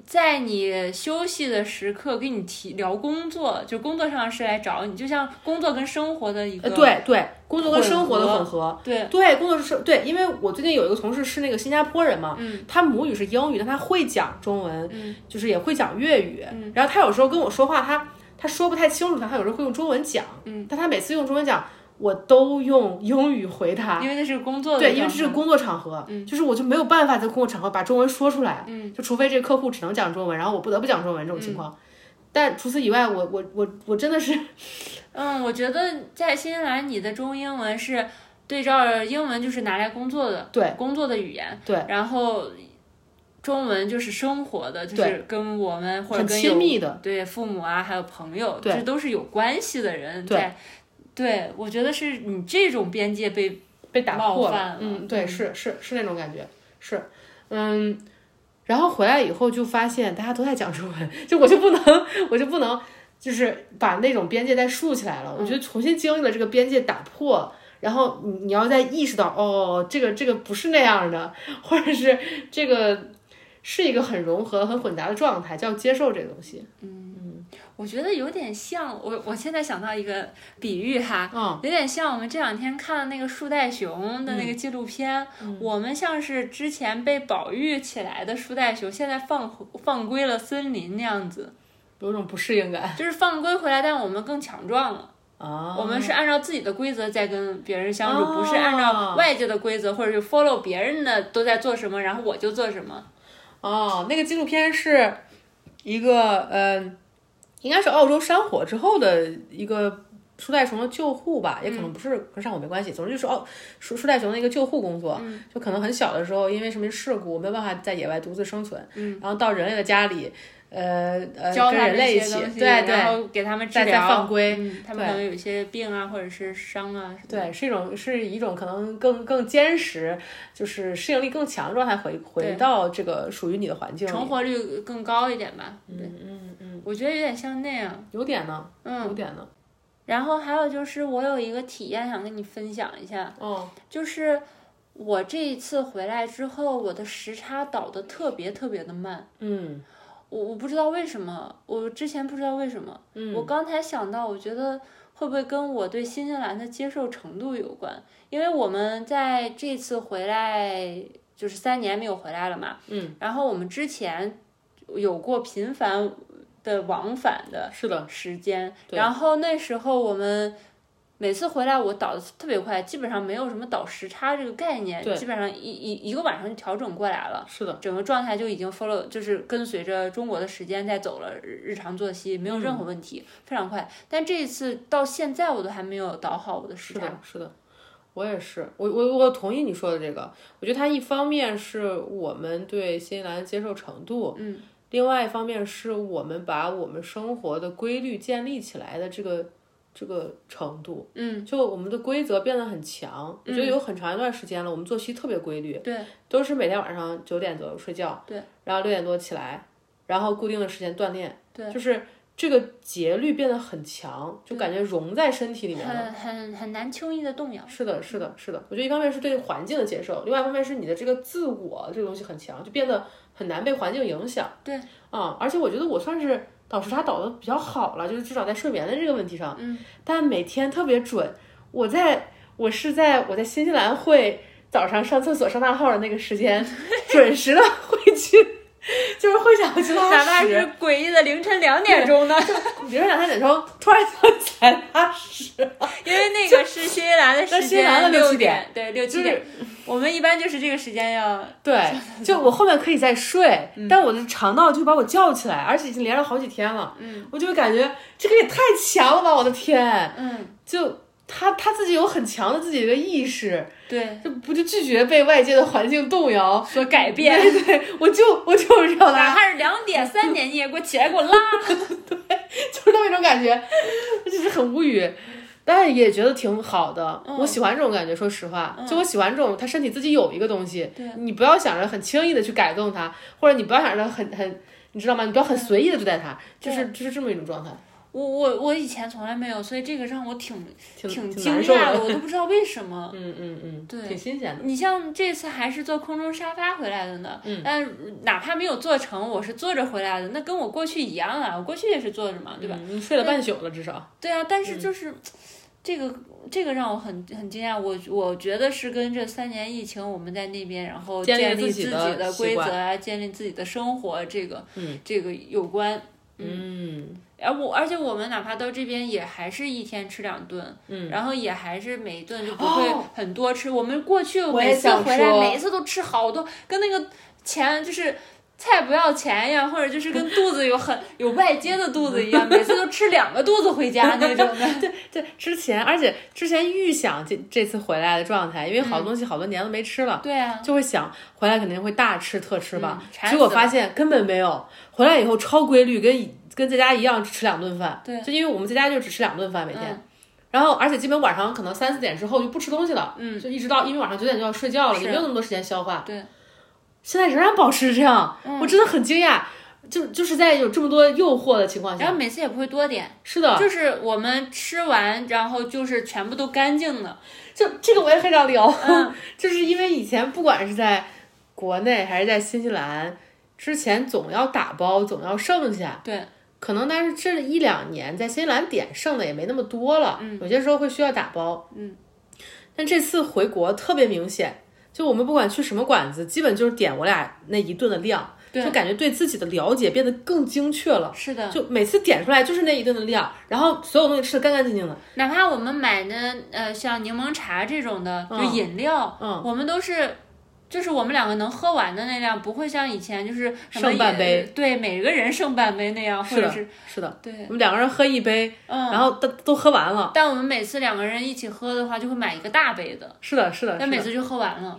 在你休息的时刻跟你提聊工作，就工作上是来找你，就像工作跟生活的一个呃，对对，工作跟生活的混合。对对，工作是对，因为我最近有一个同事是那个新加坡人嘛，嗯，他母语是英语，但他会讲中文，嗯，就是也会讲粤语，嗯，然后他有时候跟我说话，他他说不太清楚，他他有时候会用中文讲，嗯，但他每次用中文讲，我都用英语回他，因为那是工作的嗯对，地因为方这是工作场合，就是我就没有办法在工作场合把中文说出来，嗯就除非这个客户只能讲中文，然后我不得不讲中文这种情况。但除此以外，我我我我真的是嗯，我觉得在新西兰，你的中英文是对照英文，就是拿来工作的，对工作的语言，对，然后中文就是生活的，就是跟我们或者很跟亲有密的，对父母啊，还有朋友，对这都是有关系的人对在。对，我觉得是你这种边界被被打破冒犯了嗯，对，是是是那种感觉，是，嗯，然后回来以后就发现大家都在讲中文，就我就不能，我就不能，就是把那种边界再竖起来了。我嗯觉得重新经历了这个边界打破，然后你你要再意识到，哦，这个这个不是那样的，或者是这个是一个很融合、很混杂的状态，就要接受这个东西。我觉得有点像我，我现在想到一个比喻哈，嗯有点像我们这两天看的那个树袋熊的那个纪录片，嗯我们像是之前被保育起来的树袋熊，现在放放归了森林那样子，有种不适应感就是放归回来，但我们更强壮了。啊我们是按照自己的规则在跟别人相处，哦不是按照外界的规则，或者是 follow 别人的都在做什么，然后我就做什么。哦，那个纪录片是一个呃，应该是澳洲山火之后的一个树袋熊的救护吧，也可嗯能不是跟山火没关系，总之就是澳树树袋熊的一个救护工作，嗯就可能很小的时候因为什么事故没有办法在野外独自生存，嗯然后到人类的家里，呃呃，教跟他人们类一一些起东，西，啊对对然后给他们治再再疗，放归嗯，他们可能有一些病啊，或者是伤啊什么的。对，是一种是一种可能更更坚实，就是适应力更强的状态回回到这个属于你的环境里，成活率更高一点吧。对，嗯嗯，我觉得有点像那样。有点呢，嗯，有点呢，然后还有就是我有一个体验想跟你分享一下，哦，就是我这一次回来之后，我的时差倒的特别特别的慢。嗯我我不知道为什么，我之前不知道为什么，嗯。我刚才想到，我觉得会不会跟我对新西兰的接受程度有关？因为我们在这次回来就是三年没有回来了嘛，嗯，然后我们之前有过频繁的往返的是的，时间，对然后那时候我们。每次回来我倒的特别快，基本上没有什么倒时差这个概念，对基本上一一一个晚上就调整过来了。是的，整个状态就已经 follow，就是跟随着中国的时间在走了，日日常作息没有任何嗯问题，非常快。但这一次到现在我都还没有倒好我的时是差。的，是的，我也是，我我我同意你说的这个。我觉得它一方面是我们对新西兰的接受程度，嗯，另外一方面是我们把我们生活的规律建立起来的这个这个程度，嗯，就我们的规则变得很强。我觉得有很长一段时间了，我们作息特别规律，嗯对，都是每天晚上九点左右睡觉，对，然后六点多起来，然后固定的时间锻炼，对，就是这个节律变得很强，就感觉融在身体里面了。很很很难轻易的 [laughs] 动摇。嗯是的，是的，是的。我觉得一方面是对环境的接受，另外一方面是你的这个自我这个东西很强，就变得很难被环境影响。对，啊、而且我觉得我算是倒时差倒的比较好了，就是至少在睡眠的这个问题上，嗯，但每天特别准。我在我是在我在新西 [laughs] 兰会早上上厕所上大号的那个时间，准时的回去。就是会想去哪拉怕屎，是诡异的凌晨两 [laughs] 点钟呢，比如说两三点钟突然想起来拉屎，因为那个是新西兰的那时 [laughs] 新西兰的间，六六七点，对，六就七是点，我们一般就是这个时间要， [laughs] 对，就我后面可以再睡，嗯但我的肠道就把我叫起来，而且已经连着好几天了，嗯我就会感觉这个也太强了吧，我的天！嗯，就他他自己有很强的自己的一个意识，对，就不就拒绝被外界的环境动摇，说改变，对对，我就我就是要哪拉，怕是两点三点，你也给我起来给 [laughs] 我拉，就是那么一种感觉，我就是很无语。但也觉得挺好的，嗯我喜欢这种感觉。说实话，就我喜欢这种，他身体自己有一个东西对，你不要想着很轻易的去改动它，或者你不要想着很很，你知道吗？你不要很随意的对待它，就是就是这么一种状态，我我我以前从来没有，所以这个让我挺挺惊难受讶的。的，我都不知道为什 [laughs] 么。嗯嗯嗯，对挺新鲜的。你像这次还是坐空中沙发回来的呢，嗯、但哪怕没有坐成，我是坐着回来的，那跟我过去一样啊，我过去也是坐着嘛，对吧？嗯？你睡了半宿了，至少。对啊，但嗯是就是、这个这个让我很很惊讶，我我觉得是跟这三年疫情我们在那边，然后建立建立自自己己的的习规则惯啊，建立自己的生活这个、这个有关。嗯而呃我而且我们哪怕到这边也还是一天吃两顿，嗯，然后也还是每一顿就不会哦很多吃。我们过去我也每次想回来说每一次都吃好多，跟那个钱就是。菜不要钱一样，或者就是跟肚子有很有外接的肚子一样，每次都吃两个肚子回家那 [laughs] 种的。对，之前而且之前预想这这次回来的状态，因为好东西好多年都没吃了，对啊，就会想回来肯定会大吃特吃吧嗯。馋结果死了发现根本没有，回来以后超规律，跟以跟在家一样吃两顿饭。对嗯就因为我们在家就只吃两顿饭每天。然后，而且基本晚上可能三四点之后就不吃东西了，嗯，就一直到因为晚上九点就要睡觉了，是也没有那么多时间消化。对，嗯现在仍然保持这样，我真的很惊讶，就就是在有这么多诱惑的情况然下后，每次也不会多点，是的，就是我们吃完，然后就是全部都干净的。就这个我也很想聊，嗯就是因为以前不管是在国内还是在新西兰，之前总要打包，总要剩下。对，可能但是这一两年在新西兰点剩的也没那么多了，嗯有些时候会需要打包。嗯，但这次回国特别明显，就我们不管去什么馆子，基本就是点我俩那一顿的量，对就感觉对自己的了解变得更精确了。是的，就每次点出来就是那一顿的量，然后所有东西吃的干干净净的。哪怕我们买的呃像柠檬茶这种的，就嗯饮料，嗯我们都是。就是我们两个能喝完的那量，不会像以前就是什么剩半也杯，对，每个人剩半杯那样，或是者的，是是的，对，我们两个人喝一杯，嗯。然后都都喝完了。但我们每次两个人一起喝的话，就会买一个大杯的，是的，是的。但是每的次就喝完了。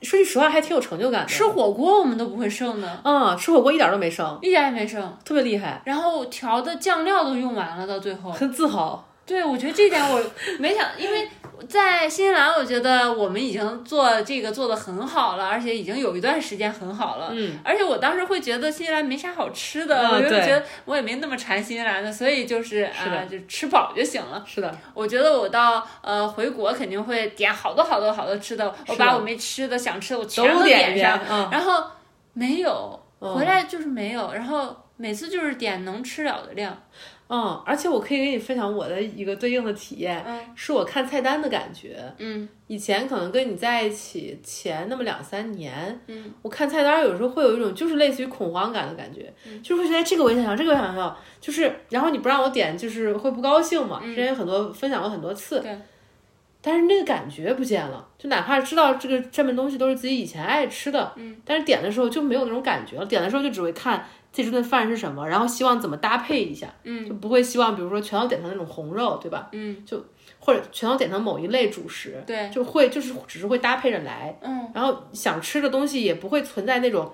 说句实话，还挺有成就感的。吃火锅我们都不会剩的，嗯，吃火锅一点都没剩，一点也没剩。特别厉害，然后调的酱料都用完了，到最后。很自豪。对，我觉得这点 [laughs] 我没想，因为在新西兰，我觉得我们已经做这个做的很好了，而且已经有一段时间很好了。嗯，而且我当时会觉得新西兰没啥好吃的，嗯我就对觉得我也没那么馋新西兰的，所以就是啊、是的就吃饱就行了。是的，我觉得我到呃回国肯定会点好多好多好多吃的，我是把的我没吃的想吃的我全都都点点一上遍，。嗯，然后没有，嗯回来就是没有，然后每次就是点能吃了的量。嗯，而且我可以给你分享我的一个对应的体验，嗯是我看菜单的感觉。嗯以前可能跟你在一起前那么两三年，嗯，我看菜单有时候会有一种就是类似于恐慌感的感觉，嗯就是会觉得这个我也想要，这个我也想要，就是然后你不让我点，就是会不高兴嘛。之前有很多分享过很多次，嗯对但是那个感觉不见了，就哪怕知道这个这门东西都是自己以前爱吃的，嗯，但是点的时候就没有那种感觉了。点的时候就只会看自己这顿饭是什么，然后希望怎么搭配一下，嗯，就不会希望比如说全都点成那种红肉，对吧？嗯，就或者全都点成某一类主食，对，就会就是只是会搭配着来，嗯然后想吃的东西也不会存在那种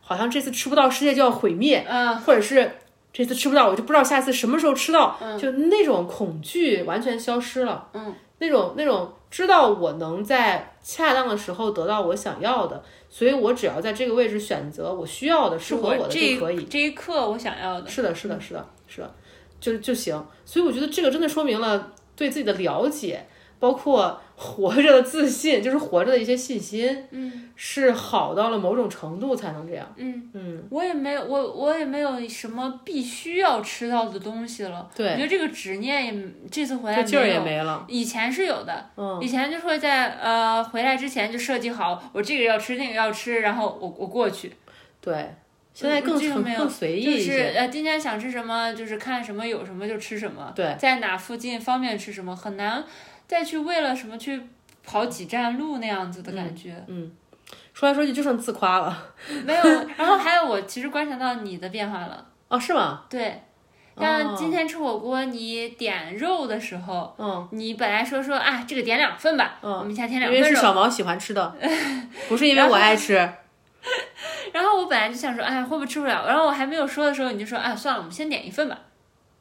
好像这次吃不到世界就要毁灭，嗯或者是这次吃不到，我就不知道下次什么时候吃到，就那种恐惧完全消失了，嗯，那种那种知道我能在恰当的时候得到我想要的，所以我只要在这个位置选择我需要的、适是合我的这就可以。这一刻我想要的。是的，是的，是的，是的，就就行。所以我觉得这个真的说明了对自己的了解，包括活着的自信，就是活着的一些信心，嗯，是好到了某种程度才能这样。嗯嗯，我也没有，我我也没有什么必须要吃到的东西了。对我觉得这个执念也这次回来这劲儿没也有。没了。以前是有的，嗯以前就会在呃回来之前就设计好，我这个要吃，那个要吃，然后我我过去。对，现在更这个很嗯没有更随意就一是些。呃，今天想吃什么，就是看什么有什么就吃什么。对，在哪附近方便吃什么，很难再去为了什么去跑几站路那样子的嗯感觉。说来说去就剩自夸了。没有，然后还有我其实观察到你的变化了，哦，是吗？对。像哦今天吃火锅，你点肉的时候，嗯，你本来说说啊，这个点两份吧，嗯哦我们一下点因两为份是肉。小毛喜欢吃的，不是因为然我后爱吃。然后我本来就想说，哎，会不会吃不了？然后我还没有说的时候，你就说啊，算了，我们先点一份吧。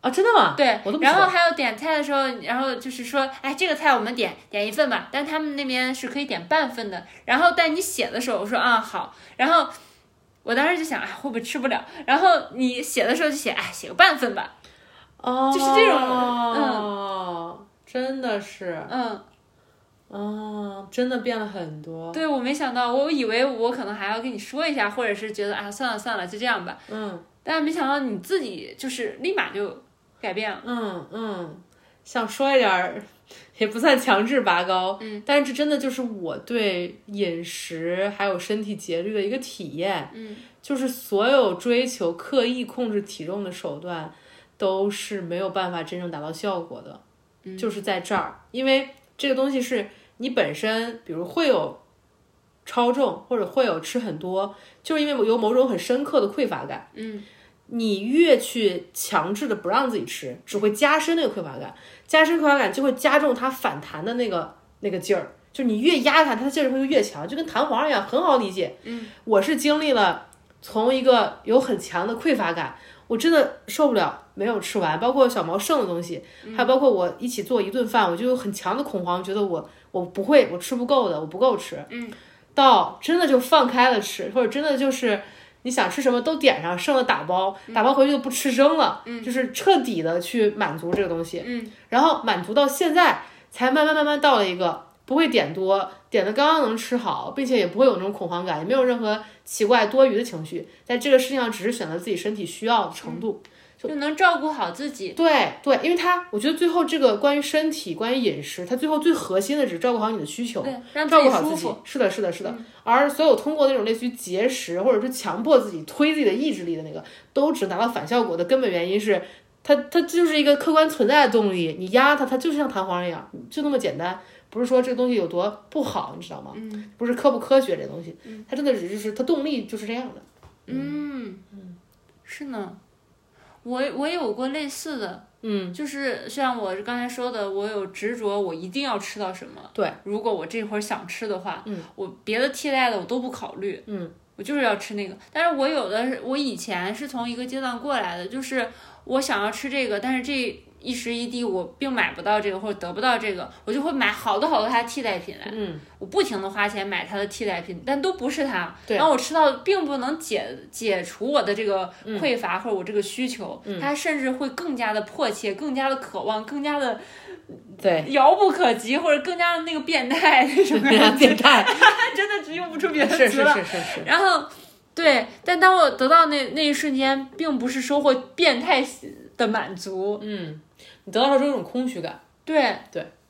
啊，真的吗？对我都，不然知后道还有点菜的时候，然后就是说，哎，这个菜我们点点一份吧，但他们那边是可以点半份的。然后但你写的时候，我说啊好，然后我当时就想，哎，会不会吃不了？然后你写的时候就写，哎，写个半份吧。哦，就是这种哦，真的是，嗯，哦，真的变了很多。对，我没想到，我以为我可能还要跟你说一下，或者是觉得啊算了算了，就这样吧。嗯但没想到你自己就是立马就改变了。嗯嗯，想说一点儿，也不算强制拔高，嗯，但是这真的就是我对饮食还有身体节律的一个体验，嗯，就是所有追求刻意控制体重的手段，都是没有办法真正达到效果的，嗯、就是在这儿，因为这个东西是你本身，比如会有。超重或者会有吃很多，就是因为有某种很深刻的匮乏感。你越去强制的不让自己吃，只会加深那个匮乏感，加深匮乏感就会加重它反弹的那个那个劲儿，就你越压它，它的劲儿会越强，就跟弹簧一样，很好理解。嗯，我是经历了从一个有很强的匮乏感，我真的受不了没有吃完，包括小毛剩的东西，还有包括我一起做一顿饭，我就有很强的恐慌，觉得我我不会，我吃不够的，我不够吃。嗯，到真的就放开了吃，或者真的就是。你想吃什么都点上，剩了打包，打包回去就不吃扔了，就是彻底的去满足这个东西，嗯，然后满足到现在才慢慢慢慢到了一个不会点多，点的刚刚能吃好，并且也不会有那种恐慌感，也没有任何奇怪多余的情绪，在这个事情上只是选择自己身体需要的程度，就能照顾好自己。对对，因为它我觉得最后这个关于身体、关于饮食，它最后最核心的只是照顾好你的需求，对，让自照顾己好舒自己嗯服。。是的，是的，是的。而所有通过那种类似于节食，或者是强迫自己推自己的意志力的那个，都只达到反效果的根本原因是，它它就是一个客观存在的动力。你压它，它就是像弹簧一样，就那么简单。不是说这个东西有多不好，你知道吗？嗯、不是科不科学这东西，它真的只是就是它动力就是这样的。是呢，我我有过类似的，嗯，就是像我刚才说的，我有执着，我一定要吃到什么。对，如果我这会儿想吃的话，嗯，我别的替代的我都不考虑，嗯，我就是要吃那个。但是我有的是，我以前是从一个阶段过来的，就是我想要吃这个，但是这一时一地我并买不到这个或者得不到这个，我就会买好多好多它的替代品来，嗯，我不停的花钱买它的替代品，但都不是它，对然后我吃到并不能解解除我的这个嗯匮乏或者我这个需求，它甚至会更加的迫切，更加的渴望，更加的 [laughs] 对，遥不可及，或者更加的那个变态 [laughs] 那种 [laughs] 感觉，变态，真的只用不出别的词是了。是是是是，然后，对，但当我得到那那一瞬间，并不是收获变态的满足，嗯，你得到了这种空虚感，对，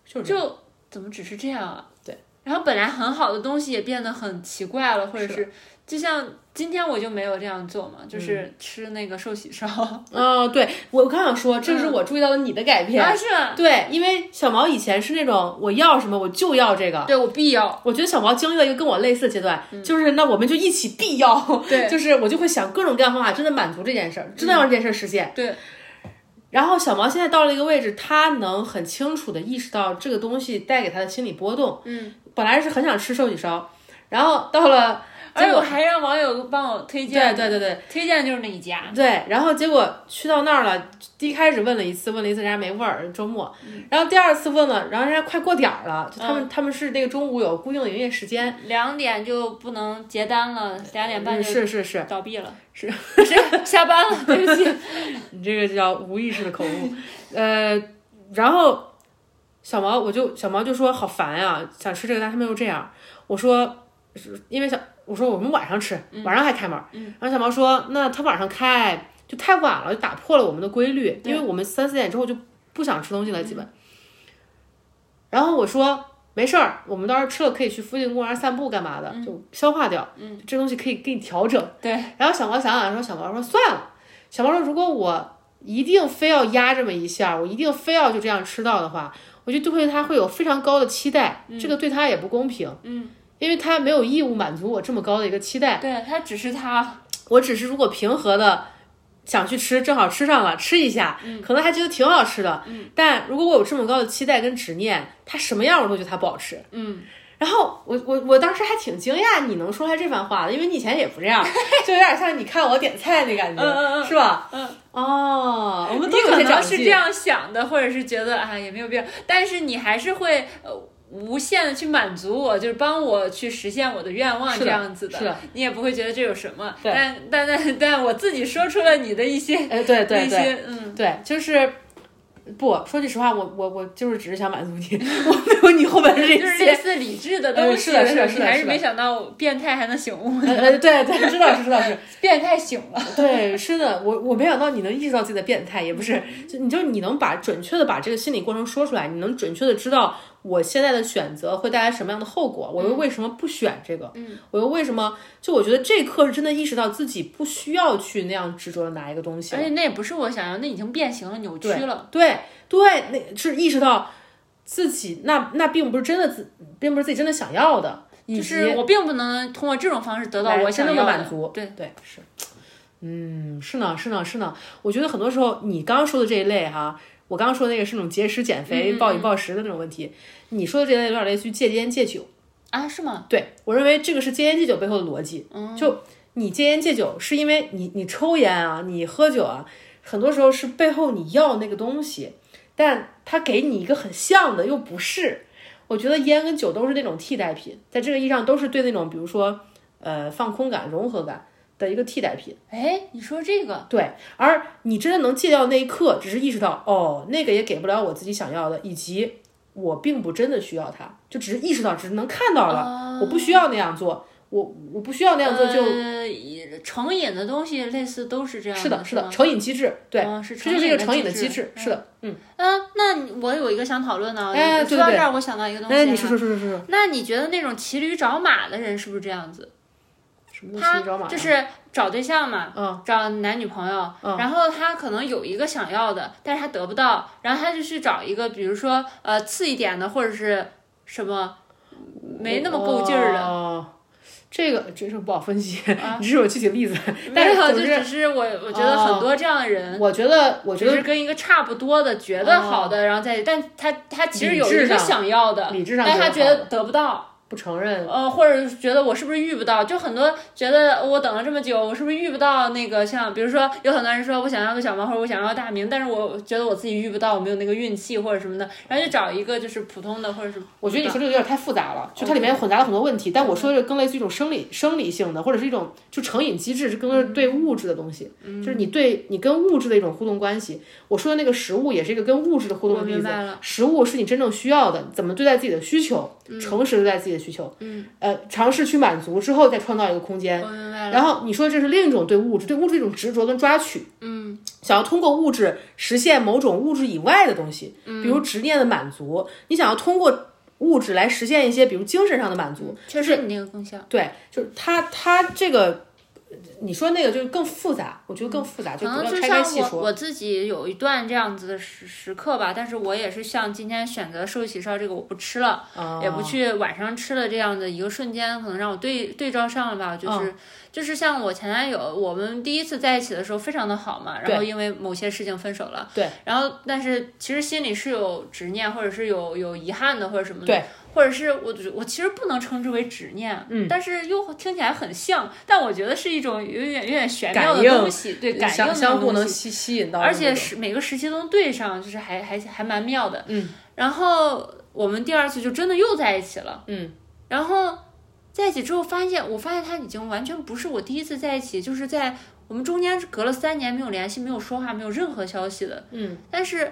就是这样就怎么只是这样啊？对。然后本来很好的东西也变得很奇怪了，或者是就像今天我就没有这样做嘛，嗯就是吃那个寿喜烧、哦，对我刚想说，这是我注意到了你的改变，啊，是 [laughs] 吗对，因为小毛以前是那种我要什么我就要这个。啊对我必要，我觉得小毛经历了一个跟我类似的阶段，就是那我们就一起必要，嗯对 [laughs] 嗯就是我就会想各种各样的方法，真的满足这件事儿，真的让这件事儿实现。对，然后小毛现在到了一个位置，他能很清楚的意识到这个东西带给他的心理波动。嗯，本来是很想吃寿喜烧，然后到了，而且我还让网友帮我推对荐，对对对，推荐就是那一家，对，然后结果去到那儿了，第一开始问了一次，问了一次人家没味儿，周末，嗯然后第二次问了，然后人家快过点儿了，就他们、他们是那个中午有固定的营业时间，两点就不能结单了，两点半嗯就是是 [laughs] 是，倒闭了，是是下班 [laughs] 了，对不起，你这个叫无意识的口误，呃，然后小毛我就小毛就说好烦呀、想吃这个，但他们又这样，我说是因为小我说我们晚上吃，嗯晚上还开门儿，然后小毛说那他晚上开就太晚了，就打破了我们的规嗯律，因为我们三四点之后就不想吃东西了，基本。然后我说没事儿，我们到时候吃了可以去附近公园散步干嘛的，就消化掉。嗯，这东西可以给你调整。对。然后小毛想想说，小毛说算了，小毛说如果我一定非要压这么一下，我一定非要就这样吃到的话，我就对他会有非常高的期待，这个对他也不公平。嗯，因为他没有义务满足我这么高的一个期待。对他只是他，我只是如果平和的想去吃，正好吃上了，吃一下，嗯可能还觉得挺好吃的。但如果我有这么高的期待跟执念，它什么样我都觉得它不好吃。嗯，然后我我我当时还挺惊讶你能说出来这番话的，因为你以前也不这样， [laughs] 就有点像你看我点菜那感觉，嗯嗯嗯是吧？嗯，哦，我们你都有可些长能是进。这样想的，或者是觉得啊也没有必要，但是你还是会呃。无限的去满足我，就是帮我去实现我的愿望，是的这样子是的你也不会觉得这有什么。对但但但但我自己说出了你的一些哎，对对一对，些嗯，对，就是不说句实话，我我我就是只是想满足你， [laughs] 我没有你后边这就是类些。似理智的东西呃是的是的是你的还是是的没想到变态还能醒悟，呃呃，对对，知道是知道是，变态醒了。 [laughs] 对，是的，我我没想到你能意识到自己的变态，也不是，嗯就你就你能把准确的把这个心理过程说出来，你能准确的知道我现在的选择会带来什么样的后果，我又嗯为什么不选这个，嗯，我又为什么，就我觉得这一刻是真的意识到自己不需要去那样执着的拿一个东西而了，且那也不是我想要，那已经变形了、扭曲了。对对，那是意识到自己那那并不是真的自，并不是自己真的想要的，就以及是我并不能通过这种方式得到来我真想正要的满足。对，对，是，嗯，是呢，是呢，是呢。我觉得很多时候你刚刚说的这一类哈、我刚刚说的那个是那种节食减肥、嗯嗯暴饮暴食的那种问题，你说的这一类有点类似于戒烟戒酒。啊，是吗？对我认为这个是戒烟戒酒背后的逻辑。嗯，就你戒烟戒酒是因为你你抽烟啊，你喝酒啊，很多时候是背后你要那个东西，但它给你一个很像的又不是。我觉得烟跟酒都是那种替代品，在这个意义上都是对那种比如说呃放空感、融合感的一个替代品。哎，你说这个，对，而你真的能戒掉那一刻，只是意识到哦，那个也给不了我自己想要的，以及我并不真的需要它，就只是意识到，只是能看到了，哦我不需要那样做，我我不需要那样做就，呃也成瘾的东西类似都是这样是的，是是的，成瘾机制，对，嗯是这就是一个成瘾的机机制。制，是的，嗯，嗯、那你我有一个想讨论的、哎说对到对这儿，我想到一个东西、啊哎，你说说说说说，那你觉得那种骑驴找马的人是不是这样子？什么东他西找马？就是找对象嘛，嗯找男女朋友，然后他可能有一个想要的，但是他得不到，然后他就去找一个，比如说呃次一点的，或者是什么没那么够劲儿的。啊哦这个真是不好分析， [laughs] 你这是有具体例子，没但是有，总就之，只是我我觉得很多这样的人，我觉得，我只觉得哦是跟一个差不多的觉得好的，然后再，但他他其实有一理智个上想要的，理智上但觉得他觉好得得不到，不承认，呃，或者是觉得我是不是遇不到，就很多觉得我等了这么久，我是不是遇不到那个像，比如说有很多人说我想要个小毛或者我想要大名，但是我觉得我自己遇不到，我没有那个运气或者什么的，然后就找一个就是普通的或者是我觉得你说这个有点太复杂了，就它里面混杂了很多问题。但我说的更类似于一种生理生理性的，或者是一种就成瘾机制，是更多是对物质的东西，就是你对你跟物质的一种互动关系。我说的那个食物也是一个跟物质的互动我的明例子白了。食物是你真正需要的，怎么对待自己的需求，嗯诚实地对待自己的需求，嗯，呃，尝试去满足之后再创造一个空间。我明白了，然后你说这是另一种对物质对物质的一种执着跟抓取，嗯，想要通过物质实现某种物质以外的东西，嗯比如执念的满足，你想要通过物质来实现一些比如精神上的满足，确实你那个更像。对，就是它它这个，你说那个就是更复杂，我觉得更复杂，可就不能要就拆开像细我说，我自己有一段这样子的时时刻吧，但是我也是像今天选择寿喜烧这个我不吃了，啊也不去晚上吃了这样的一个瞬间，可能让我对对照上了吧，嗯就是、就是像我前男友，我们第一次在一起的时候非常的好嘛，然后因为某些事情分手了，对，然后但是其实心里是有执念或者是有有遗憾的或者什么的，对，或者是我我其实不能称之为执念，嗯，但是又听起来很像，但我觉得是一种有点有点玄妙的感应东西，对，感应相的相互东能西吸吸引到，而且是每个时期都能对上，就是还还还蛮妙的。嗯，然后我们第二次就真的又在一起了。嗯，然后在一起之后发现，我发现他已经完全不是我第一次在一起，就是在我们中间隔了三年没有联系、没有说话、没有任何消息的。嗯，但是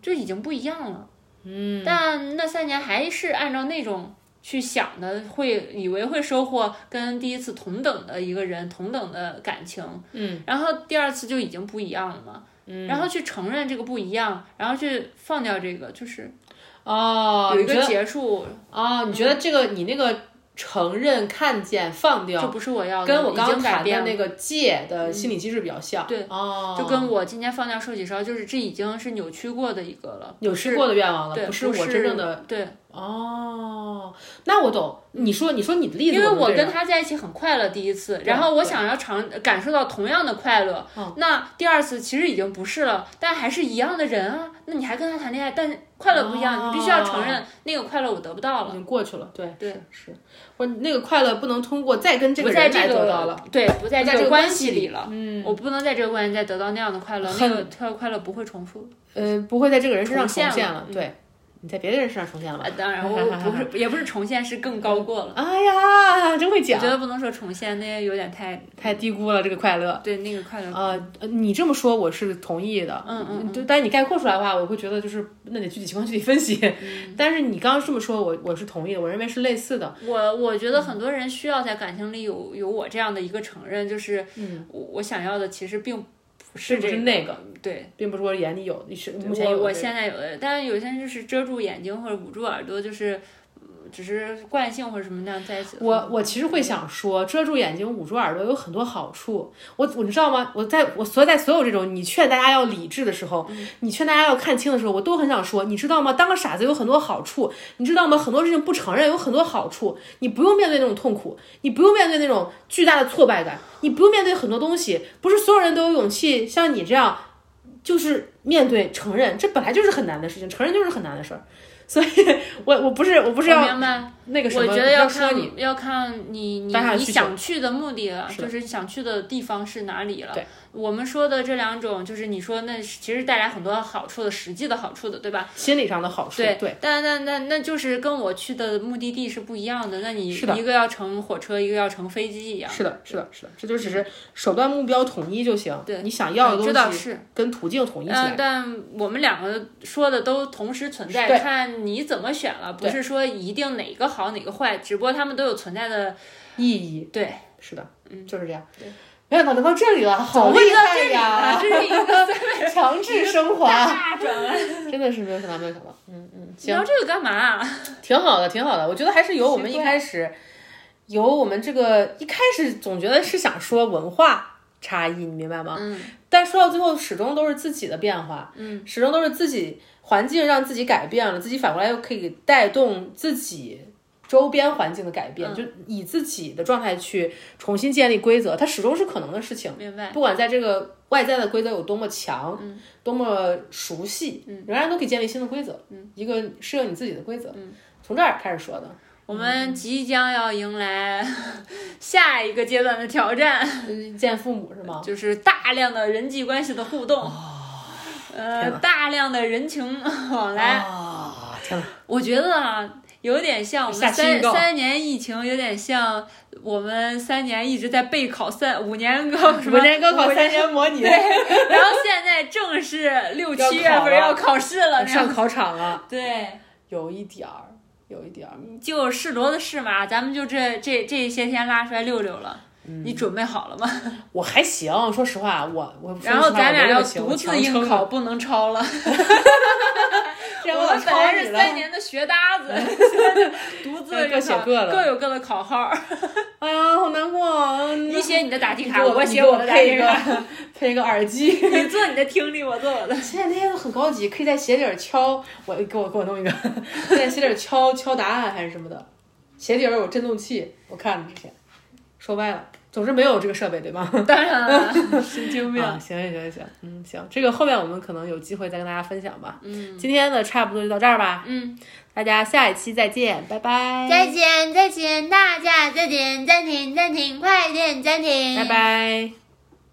就已经不一样了。嗯，但那三年还是按照那种。去想的会以为会收获跟第一次同等的一个人同等的感情，嗯然后第二次就已经不一样了嘛。然后去承认这个不一样，然后去放掉这个，就是哦，有一你觉个得结束，哦，你觉得这个你那个承认、看见、放这掉，不是我要的，跟我已刚经改谈的变了那个戒的心理机制比较像。对哦，就跟我今天放掉寿喜烧，就是这已经是扭曲过的一个了，有吃过的愿望了，对，哦不不是我真正的。对，哦，那我懂。你说，你说你的例子，因为我我能对啊跟他在一起很快乐第一次，对哦然后我想要尝感受到同样的快乐，那第二次其实已经不是了，但还是一样的人啊，那你还跟他谈恋爱，但快乐不一样，哦你必须要承认那个快乐我得不到已了，经过去了，对对是是，我那个快乐不能通过再跟这不个在人这来个得到了，，对，不在不在这个个关关系里了，嗯，我不能在这个关系再得到那样的快乐，那很个快快乐不会重复。呃，不会在这个人身上重现重现了了，嗯对，你在别的人身上重现了吧啊？，当然我不是也不是重现，是更高过了。哎呀，真会我讲觉，得不能说重现，那也有点太太低估了这个快乐。对那个快乐。呃，呃你这么说我是同意的，嗯嗯嗯，对，但你概括出来的话，我会觉得就是那得具体情况具体分析。嗯 [laughs] 但是你刚刚这么说，我我是同意的，我认为是类似的。嗯我我觉得很多人需要在感情里有有我这样的一个承认，就是我我想要的其实并不是并不这嗯是个那个，对。并不是我眼里有，是目前我有我的现在有的，但是有些人就是遮住眼睛或者捂住耳朵，就是嗯只是惯性或者什么那样在一起。我我其实会想说，遮住眼睛、捂住耳朵有很多好处。我我你知道吗？我在我所在所有这种你劝大家要理智的时候，嗯你劝大家要看清的时候，我都很想说，你知道吗？当个傻子有很多好处，你知道吗？很多事情不承认有很多好处，你不用面对那种痛苦，你不用面对那种巨大的挫败感，你不用面对很多东西。不是所有人都有勇气像你这样，就是面对承认，这本来就是很难的事情，承认就是很难的事儿。所以我，我不是我不是我要明白，那个什么，嗯我觉得不要说看你。要看你你当下的你需求想去的目的了，是的就是想去的地方是哪里了对。我们说的这两种，就是你说那是其实带来很多好处的，实际的好处的，对吧？心理上的好处。对对，但那那那就是跟我去的目的地是不一样的。那你是的一个要乘火车，一个要乘飞机一样。是的，是的，是的，这就只是手段目标统一就行。对你想要的嗯这倒东西是，跟途径统一起嗯，来。但我们两个说的都同时存在，对看你怎么选了，不对是说一定哪个好哪个坏，只不过他们都有存在的意义对。是的，嗯，就是这样对。没想到能到这里了，好怎么会厉到害这里呢哎 [laughs] 呀！这是 [laughs] 一个强制升华，大转弯。真的是没有想到，没有想到。嗯嗯，行，聊这个干嘛？ [laughs] 挺好的，挺好的。我觉得还是由我们奇一怪开始，由我们这个一开始总觉得是想说文化差异，你明白吗？嗯，但说到最后，始终都是自己的变化，嗯，始终都是自己环境让自己改变了，自己反过来又可以带动自己周边环境的改嗯变，就以自己的状态去重新建立规则，它始终是可能的事情。明白。不管在这个外在的规则有多么强，嗯、多么熟悉，嗯、仍然都可以建立新的规则，嗯、一个适应你自己的规则。嗯、从这儿开始 [laughs] 说的，我们即将要迎来 [laughs] 下一个阶段的挑战，嗯见父母是吗？就是大量的人际关系的互动，呃哦天，哪大量的人情往来。啊，天哪！我觉得啊，有点像我下们期预三告三年疫情，有点像我们三年一直在备考三五年 [laughs] 高什五么年高考五三年模 [laughs] 拟，然后现在正是六要七月考份了要考试了，那 [laughs] 上样考场了，对，有一点儿，有一点儿。就试罗的试嘛，咱们就这这这些天拉出来溜溜了。嗯你准备好了吗？我还行，说实话，我我说实话然后咱俩要我没有独那么自行应考，，不能超了。这我我们本来抄是你三了。年的学搭子，独 [laughs] 自各写应考各嗯了各有各的考号。哎呀，好难过啊！你你写你的答题给卡，我你写给我我的答配题一卡。个 [laughs] 配一个耳机。 [laughs] 你做你的听力，我做我的。现在那些都很高级，可以在鞋底儿敲，我给我给我弄一个， [laughs] 可以在鞋底儿敲敲答案还是什么的，鞋底儿有震动器，我看了之前，说歪了。总之没有这个设备对 [laughs] 吗？当然 [laughs] 了，神经病。啊，行行行行，嗯行，这个后面我们可能有机会再跟大家分享吧。嗯，今天的差不多就到这儿吧。嗯，大家下一期再见，拜拜。再见，再见，大家再见，暂停，暂停，快点暂停，拜拜。